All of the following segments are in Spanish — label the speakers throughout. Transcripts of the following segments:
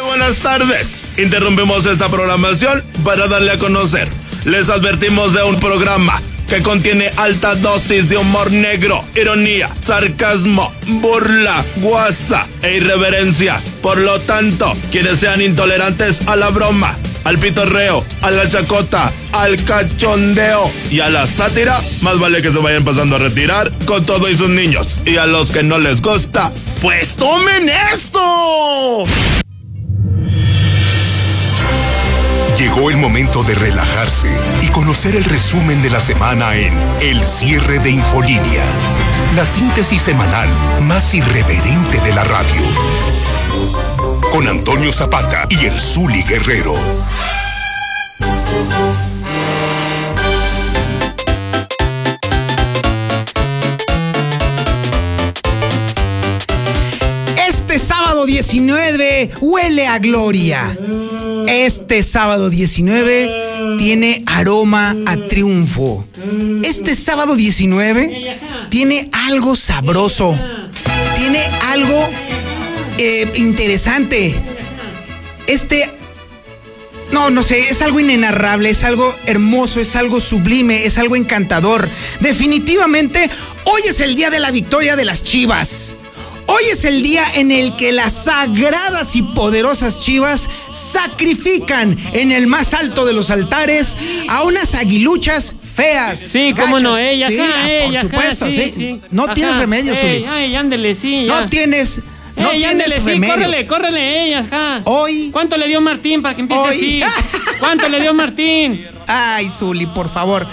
Speaker 1: Buenas tardes. Interrumpimos esta programación para darle a conocer. Les advertimos de un programa que contiene alta dosis de humor negro, ironía, sarcasmo, burla, guasa e irreverencia. Por lo tanto, quienes sean intolerantes a la broma, al pitorreo, a la chacota, al cachondeo y a la sátira, más vale que se vayan pasando a retirar con todo y sus niños. Y a los que no les gusta, pues tomen esto.
Speaker 2: Llegó el momento de relajarse y conocer el resumen de la semana en El cierre de Infolínea, la síntesis semanal más irreverente de la radio. Con Antonio Zapata y el Zuli Guerrero.
Speaker 3: Este sábado 19 huele a gloria. Este sábado 19 tiene aroma a triunfo. Este sábado 19 tiene algo sabroso. Tiene algo eh, interesante. Este... No, no sé, es algo inenarrable, es algo hermoso, es algo sublime, es algo encantador. Definitivamente, hoy es el día de la victoria de las Chivas. Hoy es el día en el que las sagradas y poderosas chivas sacrifican en el más alto de los altares a unas aguiluchas feas.
Speaker 4: Sí, cómo
Speaker 3: gachas.
Speaker 4: no, ella
Speaker 3: Sí,
Speaker 4: acá,
Speaker 3: ah, por
Speaker 4: ella acá,
Speaker 3: supuesto,
Speaker 4: sí,
Speaker 3: sí.
Speaker 4: sí.
Speaker 3: No
Speaker 4: Ajá,
Speaker 3: tienes remedio,
Speaker 4: ey,
Speaker 3: Zuli.
Speaker 4: Ay, ándele, sí, ya.
Speaker 3: No tienes, no
Speaker 4: Ey,
Speaker 3: tienes
Speaker 4: ándele, sí,
Speaker 3: remedio.
Speaker 4: córrele, córrele, ella, ajá.
Speaker 3: Hoy-
Speaker 4: ¿Cuánto le dio Martín para que empiece
Speaker 3: Hoy-
Speaker 4: así? ¿Cuánto le dio Martín?
Speaker 3: Ay, Zuli, por favor.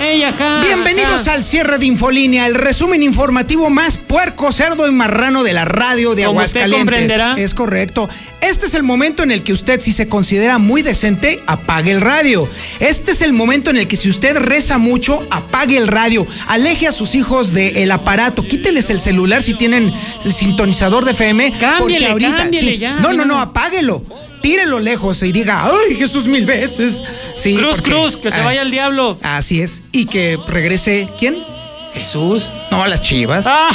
Speaker 4: Ella, ajá.
Speaker 3: Bienvenidos
Speaker 4: ajá.
Speaker 3: al cierre de Infolínea, el resumen informativo más puerco, cerdo y marrano de la radio de
Speaker 4: Como usted
Speaker 3: Aguascalientes.
Speaker 4: comprenderá.
Speaker 3: Es correcto. Este es el momento en el que usted, si se considera muy decente, apague el radio. Este es el momento en el que si usted reza mucho, apague el radio. Aleje a sus hijos del aparato. Quíteles el celular si tienen sintonizador de FM. porque
Speaker 4: Cámbiele,
Speaker 3: ahorita,
Speaker 4: cámbiele
Speaker 3: sí.
Speaker 4: ya,
Speaker 3: No,
Speaker 4: ya
Speaker 3: no,
Speaker 4: no.
Speaker 3: no, apáguelo. Tírelo lejos y diga, ¡ay, Jesús mil veces! Sí,
Speaker 4: Cruz,
Speaker 3: porque-
Speaker 4: cruz, que se
Speaker 3: Ah.
Speaker 4: vaya al diablo.
Speaker 3: Así es. Y que regrese. ¿Quién?
Speaker 4: Jesús.
Speaker 3: No, las chivas.
Speaker 4: Ah.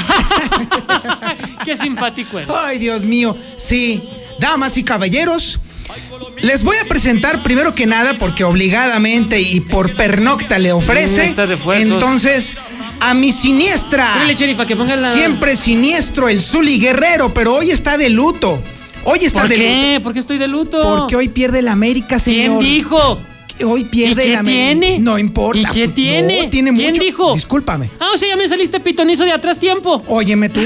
Speaker 4: Qué simpático eres.
Speaker 3: Ay, Dios mío. Sí. Damas y caballeros, les voy a presentar primero que nada, porque obligadamente y por pernocta le ofrece.
Speaker 4: Mm, está de fuerzas.
Speaker 3: Entonces, a mi siniestra.
Speaker 4: Dile, Cheri, para que ponga la-
Speaker 3: Siempre siniestro el Zuli Guerrero, pero hoy está de luto. Hoy está
Speaker 4: ¿Por
Speaker 3: de luto.
Speaker 4: qué? ¿Por qué estoy de luto?
Speaker 3: Porque hoy pierde la América,
Speaker 4: ¿Quién
Speaker 3: señor.
Speaker 4: dijo?
Speaker 3: Hoy pierde
Speaker 4: ¿Y qué
Speaker 3: la América.
Speaker 4: tiene?
Speaker 3: No importa.
Speaker 4: ¿Y qué
Speaker 3: No,
Speaker 4: tiene?
Speaker 3: tiene
Speaker 4: ¿Quién
Speaker 3: mucho.
Speaker 4: dijo?
Speaker 3: Discúlpame.
Speaker 4: Ah, o sea, ya me saliste pitonizo de atrás tiempo.
Speaker 3: Óyeme tú.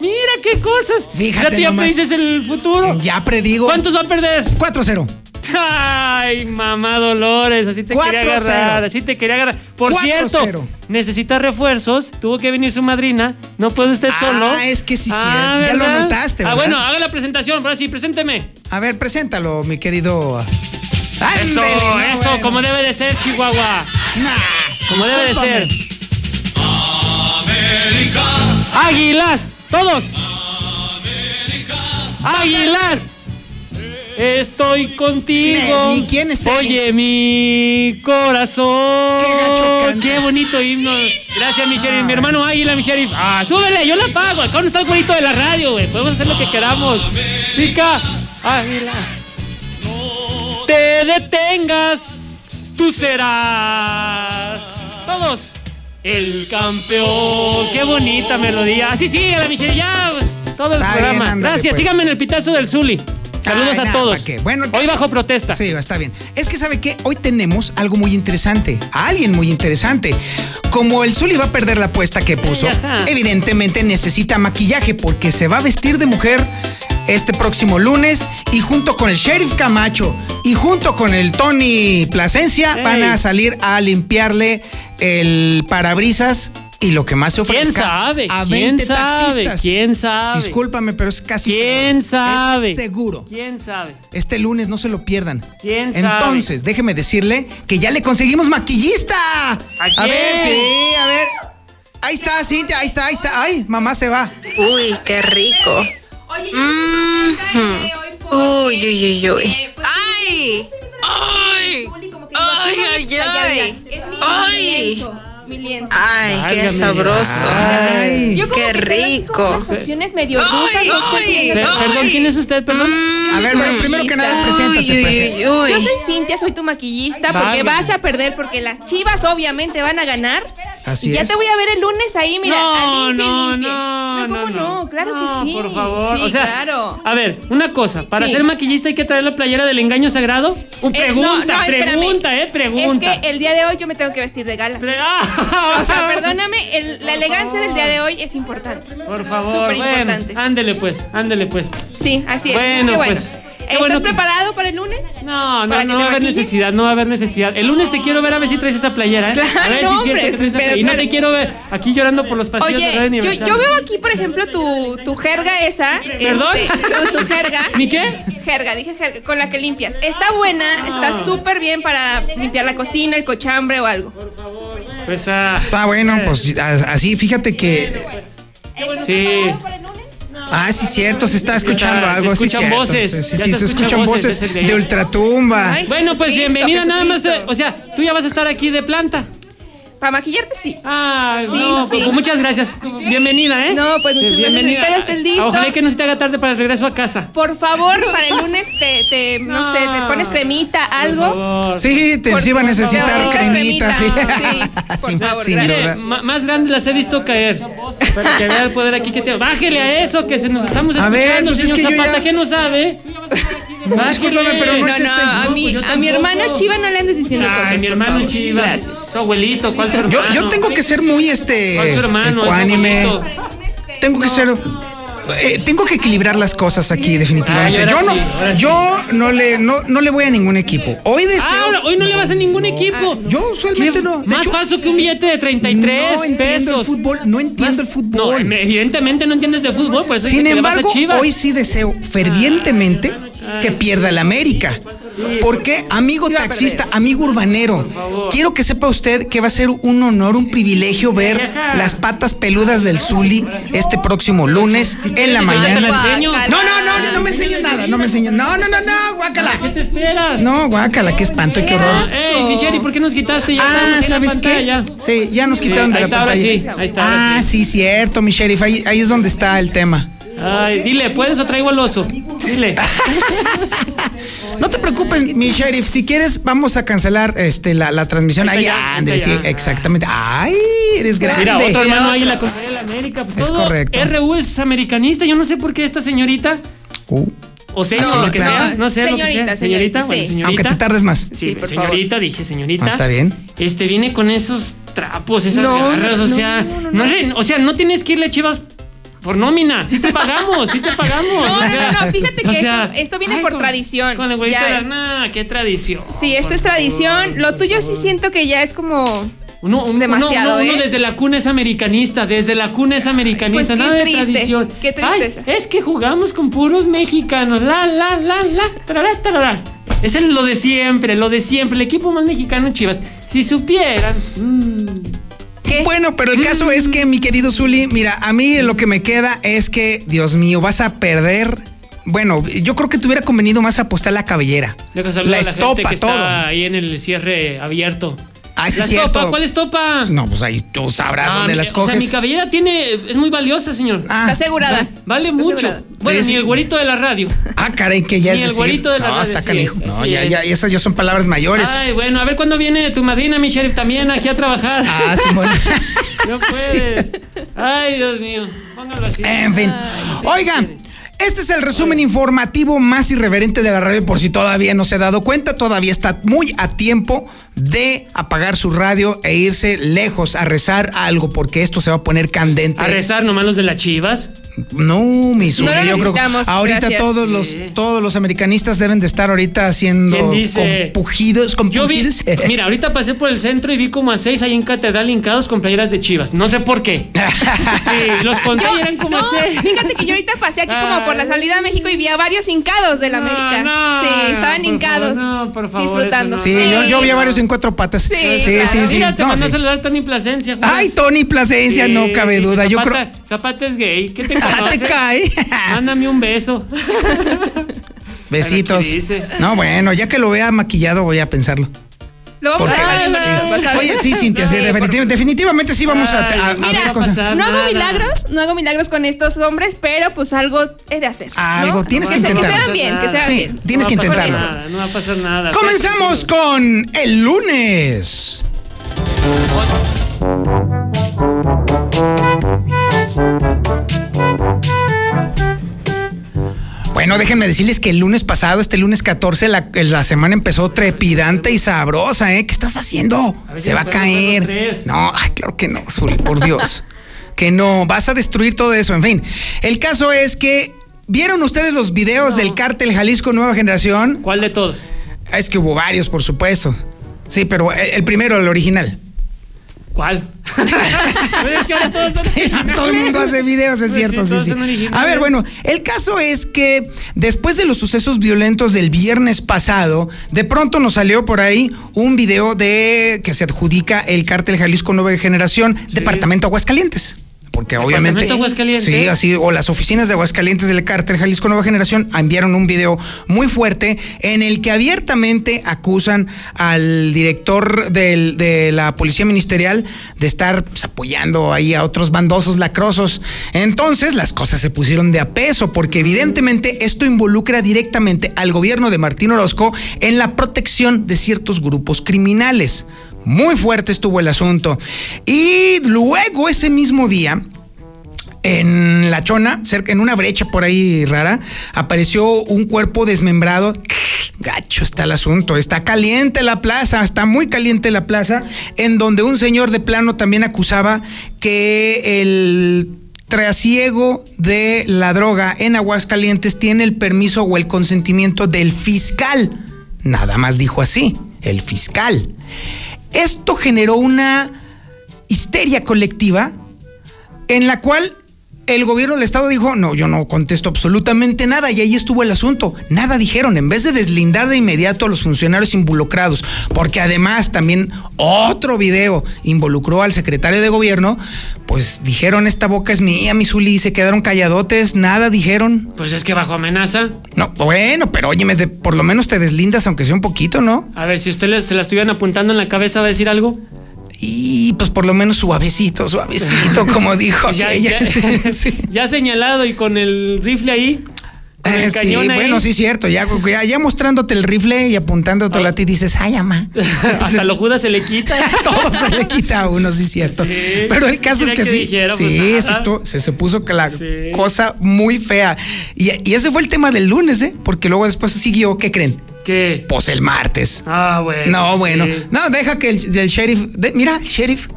Speaker 4: Mira qué cosas. Ya
Speaker 3: Fíjate
Speaker 4: te ya
Speaker 3: nomás.
Speaker 4: predices el futuro.
Speaker 3: Ya predigo.
Speaker 4: ¿Cuántos va a perder?
Speaker 3: 4-0.
Speaker 4: Ay, mamá Dolores, así te quería
Speaker 3: 4-0.
Speaker 4: agarrar, así te quería agarrar. Por
Speaker 3: 4-0.
Speaker 4: cierto, necesita refuerzos, tuvo que venir su madrina, no puede usted
Speaker 3: Ah,
Speaker 4: solo.
Speaker 3: es que sí, cierto, ya lo
Speaker 4: ¿verdad?
Speaker 3: notaste,
Speaker 4: Ah,
Speaker 3: ¿verdad?
Speaker 4: bueno, haga la presentación, ahora sí, presénteme.
Speaker 3: A ver, preséntalo, mi querido.
Speaker 4: Eso,
Speaker 3: Ándele, no,
Speaker 4: eso,
Speaker 3: bueno.
Speaker 4: como debe de ser, Chihuahua.
Speaker 3: Nah,
Speaker 4: Como debe de ser.
Speaker 3: discúlpame.
Speaker 4: Águilas, todos. Águilas. Estoy contigo.
Speaker 3: Ne- ni quién está
Speaker 4: Oye, mi corazón.
Speaker 3: Qué gacho cantas.
Speaker 4: Qué bonito himno. Gracias, mi sheriff. Mi hermano Águila, mi sheriff. Ah, súbele, yo la pago. Acá no está el bonito de la radio, güey. Podemos hacer lo que queramos. Pica, Águilas. Te detengas, tú serás. Todos. El campeón. Qué bonita melodía. Así sí, la Michelle, ya. pues, Todo el
Speaker 3: Está bien,
Speaker 4: programa.
Speaker 3: ándale,
Speaker 4: Gracias.
Speaker 3: pues.
Speaker 4: Síganme en el pitazo del Zuli. Saludos
Speaker 3: Ay,
Speaker 4: a
Speaker 3: nada,
Speaker 4: todos.
Speaker 3: ¿pa' qué? Bueno,
Speaker 4: Hoy bajo protesta.
Speaker 3: Sí, está bien. Es que sabe que hoy tenemos algo muy interesante, a alguien muy interesante. Como el Zuli va a perder la apuesta que puso,
Speaker 4: Ay, ajá.
Speaker 3: evidentemente necesita maquillaje porque se va a vestir de mujer este próximo lunes y junto con el sheriff Camacho y junto con el Tony Plasencia
Speaker 4: Ey.
Speaker 3: van a salir a limpiarle el parabrisas. Y lo que más se ofrezca
Speaker 4: ¿Quién sabe?
Speaker 3: a
Speaker 4: ¿Quién
Speaker 3: 20
Speaker 4: sabe?
Speaker 3: taxistas.
Speaker 4: ¿Quién sabe?
Speaker 3: Discúlpame, pero es casi
Speaker 4: ¿Quién
Speaker 3: seguro. Es
Speaker 4: sabe?
Speaker 3: seguro.
Speaker 4: ¿Quién sabe?
Speaker 3: Este lunes no se lo pierdan.
Speaker 4: ¿Quién sabe?
Speaker 3: Entonces, déjeme decirle que ya le conseguimos maquillista.
Speaker 4: quién?
Speaker 3: ver, sí, a ver. Ahí está, Cintia, ahí está, ahí está. Ay, mamá se va.
Speaker 5: Uy, qué rico. Uy, Mm-hmm. uy, uy,
Speaker 6: eh,
Speaker 5: uy.
Speaker 6: pues,
Speaker 5: ¡Ay! ¡Ay! ¡Ay, ay, ay! ¡Ay! ¡Ay, qué
Speaker 4: Válgame.
Speaker 5: sabroso!
Speaker 3: Ay.
Speaker 6: Yo como
Speaker 5: ¡Qué
Speaker 6: que tengo así como
Speaker 5: rico!
Speaker 6: unas opciones medio rusas,
Speaker 5: Ay,
Speaker 6: no sé si
Speaker 5: ay.
Speaker 4: Per-
Speaker 6: es-
Speaker 5: Ay.
Speaker 4: Perdón, ¿quién es usted? Perdón.
Speaker 3: A ver, bueno, primero que nada, preséntate.
Speaker 5: Uy,
Speaker 3: preséntate.
Speaker 5: uy, uy.
Speaker 6: Yo soy Cintia, soy tu maquillista, porque
Speaker 4: Válgame.
Speaker 6: vas a perder, porque las chivas obviamente van a ganar.
Speaker 3: Así
Speaker 6: y ya
Speaker 3: es.
Speaker 6: te voy a ver el lunes ahí, mira.
Speaker 4: No,
Speaker 6: a limpie,
Speaker 4: no,
Speaker 6: limpie. Ah,
Speaker 4: no,
Speaker 6: ¿cómo no? Claro que sí.
Speaker 4: Por favor.
Speaker 6: Sí,
Speaker 4: o sea,
Speaker 6: claro.
Speaker 4: A ver, una cosa. Para
Speaker 6: Sí.
Speaker 4: ser maquillista hay que traer la playera del engaño sagrado. Uh,
Speaker 6: Es-
Speaker 4: pregunta,
Speaker 6: no, no, espérame.
Speaker 4: pregunta, eh, pregunta.
Speaker 6: Es que el día de hoy yo me tengo que vestir de gala.
Speaker 4: Pre- Ah,
Speaker 6: O sea, perdóname, el- la elegancia del día de hoy es importante.
Speaker 4: Por favor,
Speaker 6: Súper
Speaker 4: bueno,
Speaker 6: importante.
Speaker 4: ándele pues, ándele pues.
Speaker 6: Sí, así es.
Speaker 4: Bueno,
Speaker 6: Qué
Speaker 4: pues, qué
Speaker 6: ¿Estás
Speaker 4: bueno que-
Speaker 6: preparado para el lunes?
Speaker 4: No, no,
Speaker 6: ¿Para que
Speaker 4: no va
Speaker 6: te
Speaker 4: a haber
Speaker 6: maquille?
Speaker 4: necesidad, no va a haber necesidad. El lunes te quiero ver a ver si traes esa playera, ¿eh? a
Speaker 6: Claro,
Speaker 4: ver si es cierto
Speaker 6: hombre,
Speaker 4: que traes esa
Speaker 6: pero
Speaker 4: playera. Y no
Speaker 6: claro.
Speaker 4: te quiero ver aquí llorando por los pasillos de Radio
Speaker 6: Oye, yo,
Speaker 4: Universal.
Speaker 6: yo veo aquí, por ejemplo, tu, tu jerga esa.
Speaker 4: ¿Perdón?
Speaker 6: este, tu, tu jerga.
Speaker 4: ¿Mi qué? Ah.
Speaker 6: Jerga, dije jerga, con la que limpias. Está buena, está súper bien para limpiar la cocina, el cochambre o algo.
Speaker 4: Pues, ah,
Speaker 3: Ah, bueno, pues a- así, fíjate que.
Speaker 4: sí.
Speaker 3: Ah, sí, cierto, se está escuchando
Speaker 4: Está- se
Speaker 3: algo. sí,
Speaker 4: escuchan
Speaker 3: cierto.
Speaker 4: voces,
Speaker 3: Sí, sí,
Speaker 4: ya
Speaker 3: sí,
Speaker 4: se
Speaker 3: se
Speaker 4: escuchan
Speaker 3: escuchan
Speaker 4: voces,
Speaker 3: voces
Speaker 4: es el de-
Speaker 3: de ultratumba.
Speaker 6: Ay,
Speaker 4: Bueno, pues
Speaker 6: Jesucristo,
Speaker 4: bienvenida nada más. de-
Speaker 6: Jesucristo.
Speaker 4: o sea, tú ya vas a estar aquí de planta.
Speaker 6: Para maquillarte, sí.
Speaker 4: Ah,
Speaker 6: Sí,
Speaker 4: no,
Speaker 6: sí.
Speaker 4: pues muchas gracias. Bienvenida, ¿eh? Ah,
Speaker 6: No, pues, muchas gracias. Espero estén listo.
Speaker 4: Ojalá que no se te haga tarde para el regreso a casa.
Speaker 6: Por favor, para el lunes te, te- no,
Speaker 4: No.
Speaker 6: sé, te pones cremita, algo.
Speaker 4: Por favor.
Speaker 3: Sí, te
Speaker 6: Por-
Speaker 3: sí va a
Speaker 6: por
Speaker 3: necesitar
Speaker 6: favor,
Speaker 3: cremita, sí.
Speaker 6: cremita, sí, por
Speaker 3: Sin-
Speaker 6: favor,
Speaker 3: sin
Speaker 6: gracias.
Speaker 3: duda.
Speaker 4: Mire, ma- más grandes las he visto caer. Para que vea el poder aquí que te. Bájele a eso, que se nos estamos
Speaker 3: A
Speaker 4: escuchando,
Speaker 3: ver, pues es
Speaker 4: señor
Speaker 3: que yo
Speaker 4: Zapata,
Speaker 3: ya-
Speaker 4: que no sabe. Bájele.
Speaker 3: Discúlpame, pero no
Speaker 6: No,
Speaker 3: es-
Speaker 6: no,
Speaker 3: este,
Speaker 6: a,
Speaker 4: no,
Speaker 6: mi,
Speaker 4: pues yo
Speaker 6: a mi
Speaker 4: tampoco.
Speaker 6: hermano Chiva no le andes diciendo
Speaker 4: Ay,
Speaker 6: cosas.
Speaker 4: mi
Speaker 6: por
Speaker 4: hermano
Speaker 6: favor.
Speaker 4: Chiva.
Speaker 6: Gracias.
Speaker 4: Tu abuelito, ¿cuál su hermano?
Speaker 3: Yo, yo tengo que ser muy
Speaker 4: ¿Cuál
Speaker 3: este
Speaker 4: su hermano? Es
Speaker 3: ecuánime.
Speaker 4: abuelito.
Speaker 3: Tengo que ser eh, tengo que equilibrar las cosas aquí definitivamente.
Speaker 4: Ay, ahora
Speaker 3: yo no
Speaker 4: sí, ahora sí.
Speaker 3: yo no le no, no le voy a ningún equipo. Hoy deseo
Speaker 4: Ah, ahora, hoy no, le vas a ningún equipo.
Speaker 3: Yo usualmente
Speaker 4: ¿Qué?
Speaker 3: no. De
Speaker 4: Más
Speaker 3: hecho,
Speaker 4: falso que un billete de 33
Speaker 3: no entiendo
Speaker 4: pesos.
Speaker 3: el fútbol, no entiendo el
Speaker 4: No,
Speaker 3: fútbol.
Speaker 4: evidentemente no entiendes de fútbol, por eso
Speaker 3: Sin
Speaker 4: dice que le vas a
Speaker 3: embargo,
Speaker 4: Chivas. Ah,
Speaker 3: hoy sí deseo fervientemente que pierda el América.
Speaker 4: pues
Speaker 3: Porque, amigo taxista, amigo urbanero, quiero que sepa usted que va a ser un honor, un privilegio ver las patas peludas del Zuli este próximo lunes en
Speaker 4: Yo
Speaker 3: la
Speaker 4: te la
Speaker 3: mañana.
Speaker 4: enseño.
Speaker 6: Guácala.
Speaker 3: No, no, no, no me enseñes nada, no me enseñes. No, no, no, no, guácala.
Speaker 4: ¿Qué te esperas?
Speaker 3: No, guácala, qué espanto, qué horror.
Speaker 4: Ey, Michelle, ¿y por qué nos quitaste? Ya estamos
Speaker 3: Ah,
Speaker 4: en la
Speaker 3: ¿sabes qué?
Speaker 4: pantalla.
Speaker 3: Sí, ya nos quitaron
Speaker 4: Sí,
Speaker 3: de
Speaker 4: ahí
Speaker 3: la
Speaker 4: está, ahora
Speaker 3: pantalla.
Speaker 4: sí, ahí está, ahora
Speaker 3: Ah, sí, cierto, mi sheriff, ahí, ahí es donde está el tema.
Speaker 4: Ay, dile, ¿puedes o traigo al oso? Dile.
Speaker 3: No te preocupes, mi sheriff. Si quieres, vamos a cancelar este, la, la transmisión.
Speaker 4: Ahí
Speaker 3: Ahí,
Speaker 4: está ya,
Speaker 3: ándale,
Speaker 4: ahí
Speaker 3: sí,
Speaker 4: está ya.
Speaker 3: exactamente. Ay, eres grande.
Speaker 4: Mira, otro hermano ahí en la compañía de la América. Pues
Speaker 3: Es
Speaker 4: todo
Speaker 3: correcto.
Speaker 4: RU es americanista. Yo no sé por qué esta señorita,
Speaker 3: Uh,
Speaker 4: o sea,
Speaker 3: No,
Speaker 4: lo que
Speaker 3: no,
Speaker 4: sea, no sé, lo que
Speaker 6: señorita,
Speaker 4: sea. Señorita,
Speaker 6: señorita,
Speaker 4: bueno,
Speaker 6: sí.
Speaker 4: señorita.
Speaker 3: aunque te tardes más.
Speaker 4: Sí,
Speaker 6: Sí, por
Speaker 4: señorita, dije señorita.
Speaker 3: Ah, está bien.
Speaker 4: Este viene con esos trapos, esas
Speaker 6: No,
Speaker 4: garras, o
Speaker 6: no,
Speaker 4: sea, no,
Speaker 6: no, no,
Speaker 4: re- o sea, no tienes que irle a Chivas por nómina, sí te pagamos, sí te pagamos.
Speaker 6: No,
Speaker 4: o sea,
Speaker 6: no, no, fíjate
Speaker 4: o
Speaker 6: que
Speaker 4: sea,
Speaker 6: esto, esto viene
Speaker 4: ay,
Speaker 6: por
Speaker 4: con-
Speaker 6: tradición.
Speaker 4: Con el güerito
Speaker 6: Ya.
Speaker 4: de Arna, qué tradición.
Speaker 6: Sí, esto
Speaker 4: por
Speaker 6: es
Speaker 4: favor,
Speaker 6: tradición. Lo
Speaker 4: por
Speaker 6: tuyo sí
Speaker 4: favor.
Speaker 6: siento que ya es como.
Speaker 4: Uno, un- uno-
Speaker 6: demasiado,
Speaker 4: uno- uno
Speaker 6: ¿eh?
Speaker 4: desde la cuna es americanista, desde la cuna es americanista,
Speaker 6: Pues qué
Speaker 4: nada
Speaker 6: triste,
Speaker 4: de tradición.
Speaker 6: qué tristeza.
Speaker 4: Ay, es que jugamos con puros mexicanos, la, la, la, la, tarará, tarará. Es el- lo de siempre, lo de siempre, el equipo más mexicano, Chivas. Si supieran. mm.
Speaker 6: ¿Qué?
Speaker 3: Bueno, pero el caso es que, mi querido Zuli, mira, a mí lo que me queda es que, Dios mío, vas a perder. Bueno, yo creo que te hubiera convenido más apostar la cabellera.
Speaker 4: Deja
Speaker 3: La,
Speaker 4: saludar a la
Speaker 3: estopa,
Speaker 4: gente que
Speaker 3: todo.
Speaker 4: está ahí en el cierre abierto.
Speaker 3: Ah, sí,
Speaker 4: la
Speaker 3: es cierto.
Speaker 4: estopa, ¿cuál estopa?
Speaker 3: No, pues ahí tú sabrás
Speaker 4: Ah,
Speaker 3: dónde
Speaker 4: mi-
Speaker 3: las
Speaker 4: O sea,
Speaker 3: coges.
Speaker 4: mi cabellera tiene, es muy valiosa, señor.
Speaker 3: ah,
Speaker 6: Está asegurada.
Speaker 4: Vale
Speaker 6: Estoy
Speaker 4: mucho.
Speaker 6: segura.
Speaker 4: Bueno,
Speaker 3: Sí,
Speaker 4: ni
Speaker 3: sí.
Speaker 4: el güerito de la radio.
Speaker 3: ah, caray, que ya
Speaker 4: Ni
Speaker 3: es
Speaker 4: el
Speaker 3: decir-
Speaker 4: güerito de la
Speaker 3: No,
Speaker 4: radio,
Speaker 3: está
Speaker 4: sí
Speaker 3: canijo.
Speaker 4: es,
Speaker 3: no,
Speaker 4: así
Speaker 3: ya,
Speaker 4: es.
Speaker 3: ya, esas ya son palabras mayores.
Speaker 4: Ay, bueno, a ver cuándo viene tu madrina, mi sheriff, también aquí a trabajar.
Speaker 3: Ah, Simón.
Speaker 4: No puedes. Ay, Dios mío. Póngalo así.
Speaker 3: En fin. Oigan, este es el resumen informativo más irreverente de la radio, por si todavía no se ha dado cuenta, todavía está muy a tiempo de apagar su radio e irse lejos a rezar algo, porque esto se va a poner candente.
Speaker 4: A rezar nomás los de las chivas.
Speaker 3: No, mi Zuli,
Speaker 6: lo
Speaker 3: yo creo que
Speaker 6: necesitamos,
Speaker 3: ahorita
Speaker 6: gracias.
Speaker 3: todos
Speaker 4: Sí.
Speaker 3: los todos los americanistas deben de estar ahorita haciendo
Speaker 4: ¿Quién dice?
Speaker 3: compugidos,
Speaker 4: Yo vi,
Speaker 3: compugidos.
Speaker 4: mira, ahorita pasé por el centro y vi como a seis ahí en Catedral hincados con playeras de chivas. No sé por qué. Sí, los conté y eran como a
Speaker 6: No,
Speaker 4: seis.
Speaker 6: fíjate que yo ahorita pasé aquí como por la salida a México y vi a varios hincados de la
Speaker 4: No,
Speaker 6: América.
Speaker 4: no,
Speaker 6: sí, estaban
Speaker 4: por
Speaker 6: hincados.
Speaker 4: favor, no, por favor,
Speaker 6: disfrutando.
Speaker 4: eso
Speaker 3: Sí, yo, yo vi a varios en cuatro patas.
Speaker 6: Sí,
Speaker 3: sí,
Speaker 6: claro.
Speaker 3: sí. sí.
Speaker 4: Mira, te
Speaker 3: No,
Speaker 4: mandó a
Speaker 3: sí.
Speaker 4: saludar Tony Plasencia. Judas.
Speaker 3: Ay, Tony Plasencia,
Speaker 4: Sí,
Speaker 3: no cabe
Speaker 4: dice,
Speaker 3: duda. Yo creo.
Speaker 4: Zapata- Zapata es gay. ¿Qué te
Speaker 3: Ah,
Speaker 4: conoce?
Speaker 3: te cae.
Speaker 4: Mándame un beso.
Speaker 3: Besitos.
Speaker 4: Aquí dice.
Speaker 3: No, bueno, ya que lo vea maquillado voy a pensarlo.
Speaker 6: Lo vamos
Speaker 3: ¿Por
Speaker 6: a
Speaker 3: qué?
Speaker 6: dejar en
Speaker 4: Sí.
Speaker 6: el pasado.
Speaker 3: Oye, sí, Cintia, sí, Ah,
Speaker 4: Sí,
Speaker 3: definitiv- definitivamente sí vamos a, a- a
Speaker 4: Ay,
Speaker 6: Mira,
Speaker 3: ver
Speaker 4: no
Speaker 3: cosas.
Speaker 4: pasa
Speaker 6: no hago
Speaker 4: nada.
Speaker 6: milagros, no hago milagros con estos hombres, pero pues algo he de hacer. ¿no?
Speaker 3: Algo tienes
Speaker 6: que,
Speaker 3: que
Speaker 6: se-
Speaker 3: intentar.
Speaker 6: Que se vean bien, que se vean
Speaker 3: Sí.
Speaker 6: bien.
Speaker 3: Tienes
Speaker 4: No
Speaker 3: que
Speaker 4: va a pasar
Speaker 6: intentarlo.
Speaker 4: nada, No va a pasar nada.
Speaker 3: Comenzamos con el lunes. Bueno, déjenme decirles que el lunes pasado, este lunes 14, la, la semana empezó trepidante y sabrosa, ¿eh? ¿Qué estás haciendo?
Speaker 4: A ver si
Speaker 3: Se va a
Speaker 4: nos podemos dar los
Speaker 3: caer.
Speaker 4: tres.
Speaker 3: No, ay, claro que no, Zuli, por Dios. que no, vas a destruir todo eso, en fin. El caso es que, ¿vieron ustedes los videos del cártel Jalisco Nueva Generación?
Speaker 4: ¿Cuál de todos?
Speaker 3: Es que hubo varios, por supuesto. Sí, pero el, el primero, el original.
Speaker 4: ¿Cuál? es que ahora todos son originales.
Speaker 3: Todo el mundo hace videos, es
Speaker 4: Pues
Speaker 3: cierto.
Speaker 4: sí,
Speaker 3: sí,
Speaker 4: todos
Speaker 3: sí.
Speaker 4: son originales.
Speaker 3: A ver, bueno, el caso es que después de los sucesos violentos del viernes pasado, de pronto nos salió por ahí un video de que se adjudica el cártel Jalisco Nueva Generación, Departamento Aguascalientes. Porque obviamente.
Speaker 4: Departamento Aguascalientes.
Speaker 3: Sí, así, o las oficinas de Aguascalientes del Cártel Jalisco Nueva Generación ah, enviaron un video muy fuerte en el que abiertamente acusan al director del- de la Policía Ministerial de estar pues, apoyando ahí a otros bandosos lacrosos. Entonces, las cosas se pusieron de a peso, porque evidentemente esto involucra directamente al gobierno de Martín Orozco en la protección de ciertos grupos criminales. Muy fuerte estuvo el asunto. Y luego ese mismo día, en la chona, cerca, en una brecha por ahí rara, apareció un cuerpo desmembrado. Gacho está el asunto, está caliente la plaza, está muy caliente la plaza, en donde un señor de plano también acusaba que el trasiego de la droga en Aguascalientes tiene el permiso o el consentimiento del fiscal. Nada más dijo así, el fiscal. Esto generó una histeria colectiva en la cual el gobierno del estado dijo, no, yo no contesto absolutamente nada y ahí estuvo el asunto. Nada dijeron, en vez de deslindar de inmediato a los funcionarios involucrados, porque además también otro video involucró al secretario de gobierno, pues dijeron, esta boca es mía, mi Zuli, y se quedaron calladotes, nada dijeron.
Speaker 4: Pues es que bajo amenaza.
Speaker 3: No, bueno, pero óyeme, de- por lo menos te deslindas aunque sea un poquito, ¿no?
Speaker 4: A ver, si ustedes se la estuvieran apuntando en la cabeza, ¿va a decir algo?
Speaker 3: Y pues por lo menos suavecito, suavecito, como dijo
Speaker 4: Pues ya,
Speaker 3: aquella.
Speaker 4: ya-
Speaker 3: Sí, sí.
Speaker 4: ya señalado y con el rifle ahí. Con
Speaker 3: Eh,
Speaker 4: el
Speaker 3: sí,
Speaker 4: cañón ahí.
Speaker 3: bueno, sí, cierto. Ya, ya, ya mostrándote el rifle y apuntándotelo a ti, dices, ay, mamá.
Speaker 4: Ah. Hasta lo Judas se le quita.
Speaker 3: Todo se le quita a uno, sí, cierto.
Speaker 4: Sí.
Speaker 3: Pero el caso es
Speaker 4: Mira
Speaker 3: que
Speaker 4: que
Speaker 3: sí.
Speaker 4: dijeron,
Speaker 3: sí,
Speaker 4: pues,
Speaker 3: se,
Speaker 4: nada.
Speaker 3: estuvo- se, se puso que la
Speaker 4: Sí.
Speaker 3: cosa muy fea. Y, y ese fue el tema del lunes, ¿eh? Porque luego después siguió, ¿qué creen?
Speaker 4: ¿Qué?
Speaker 3: Pues el martes.
Speaker 4: Ah, bueno.
Speaker 3: no,
Speaker 4: sí.
Speaker 3: bueno. No, deja que el, el sheriff. de- mira, el sheriff.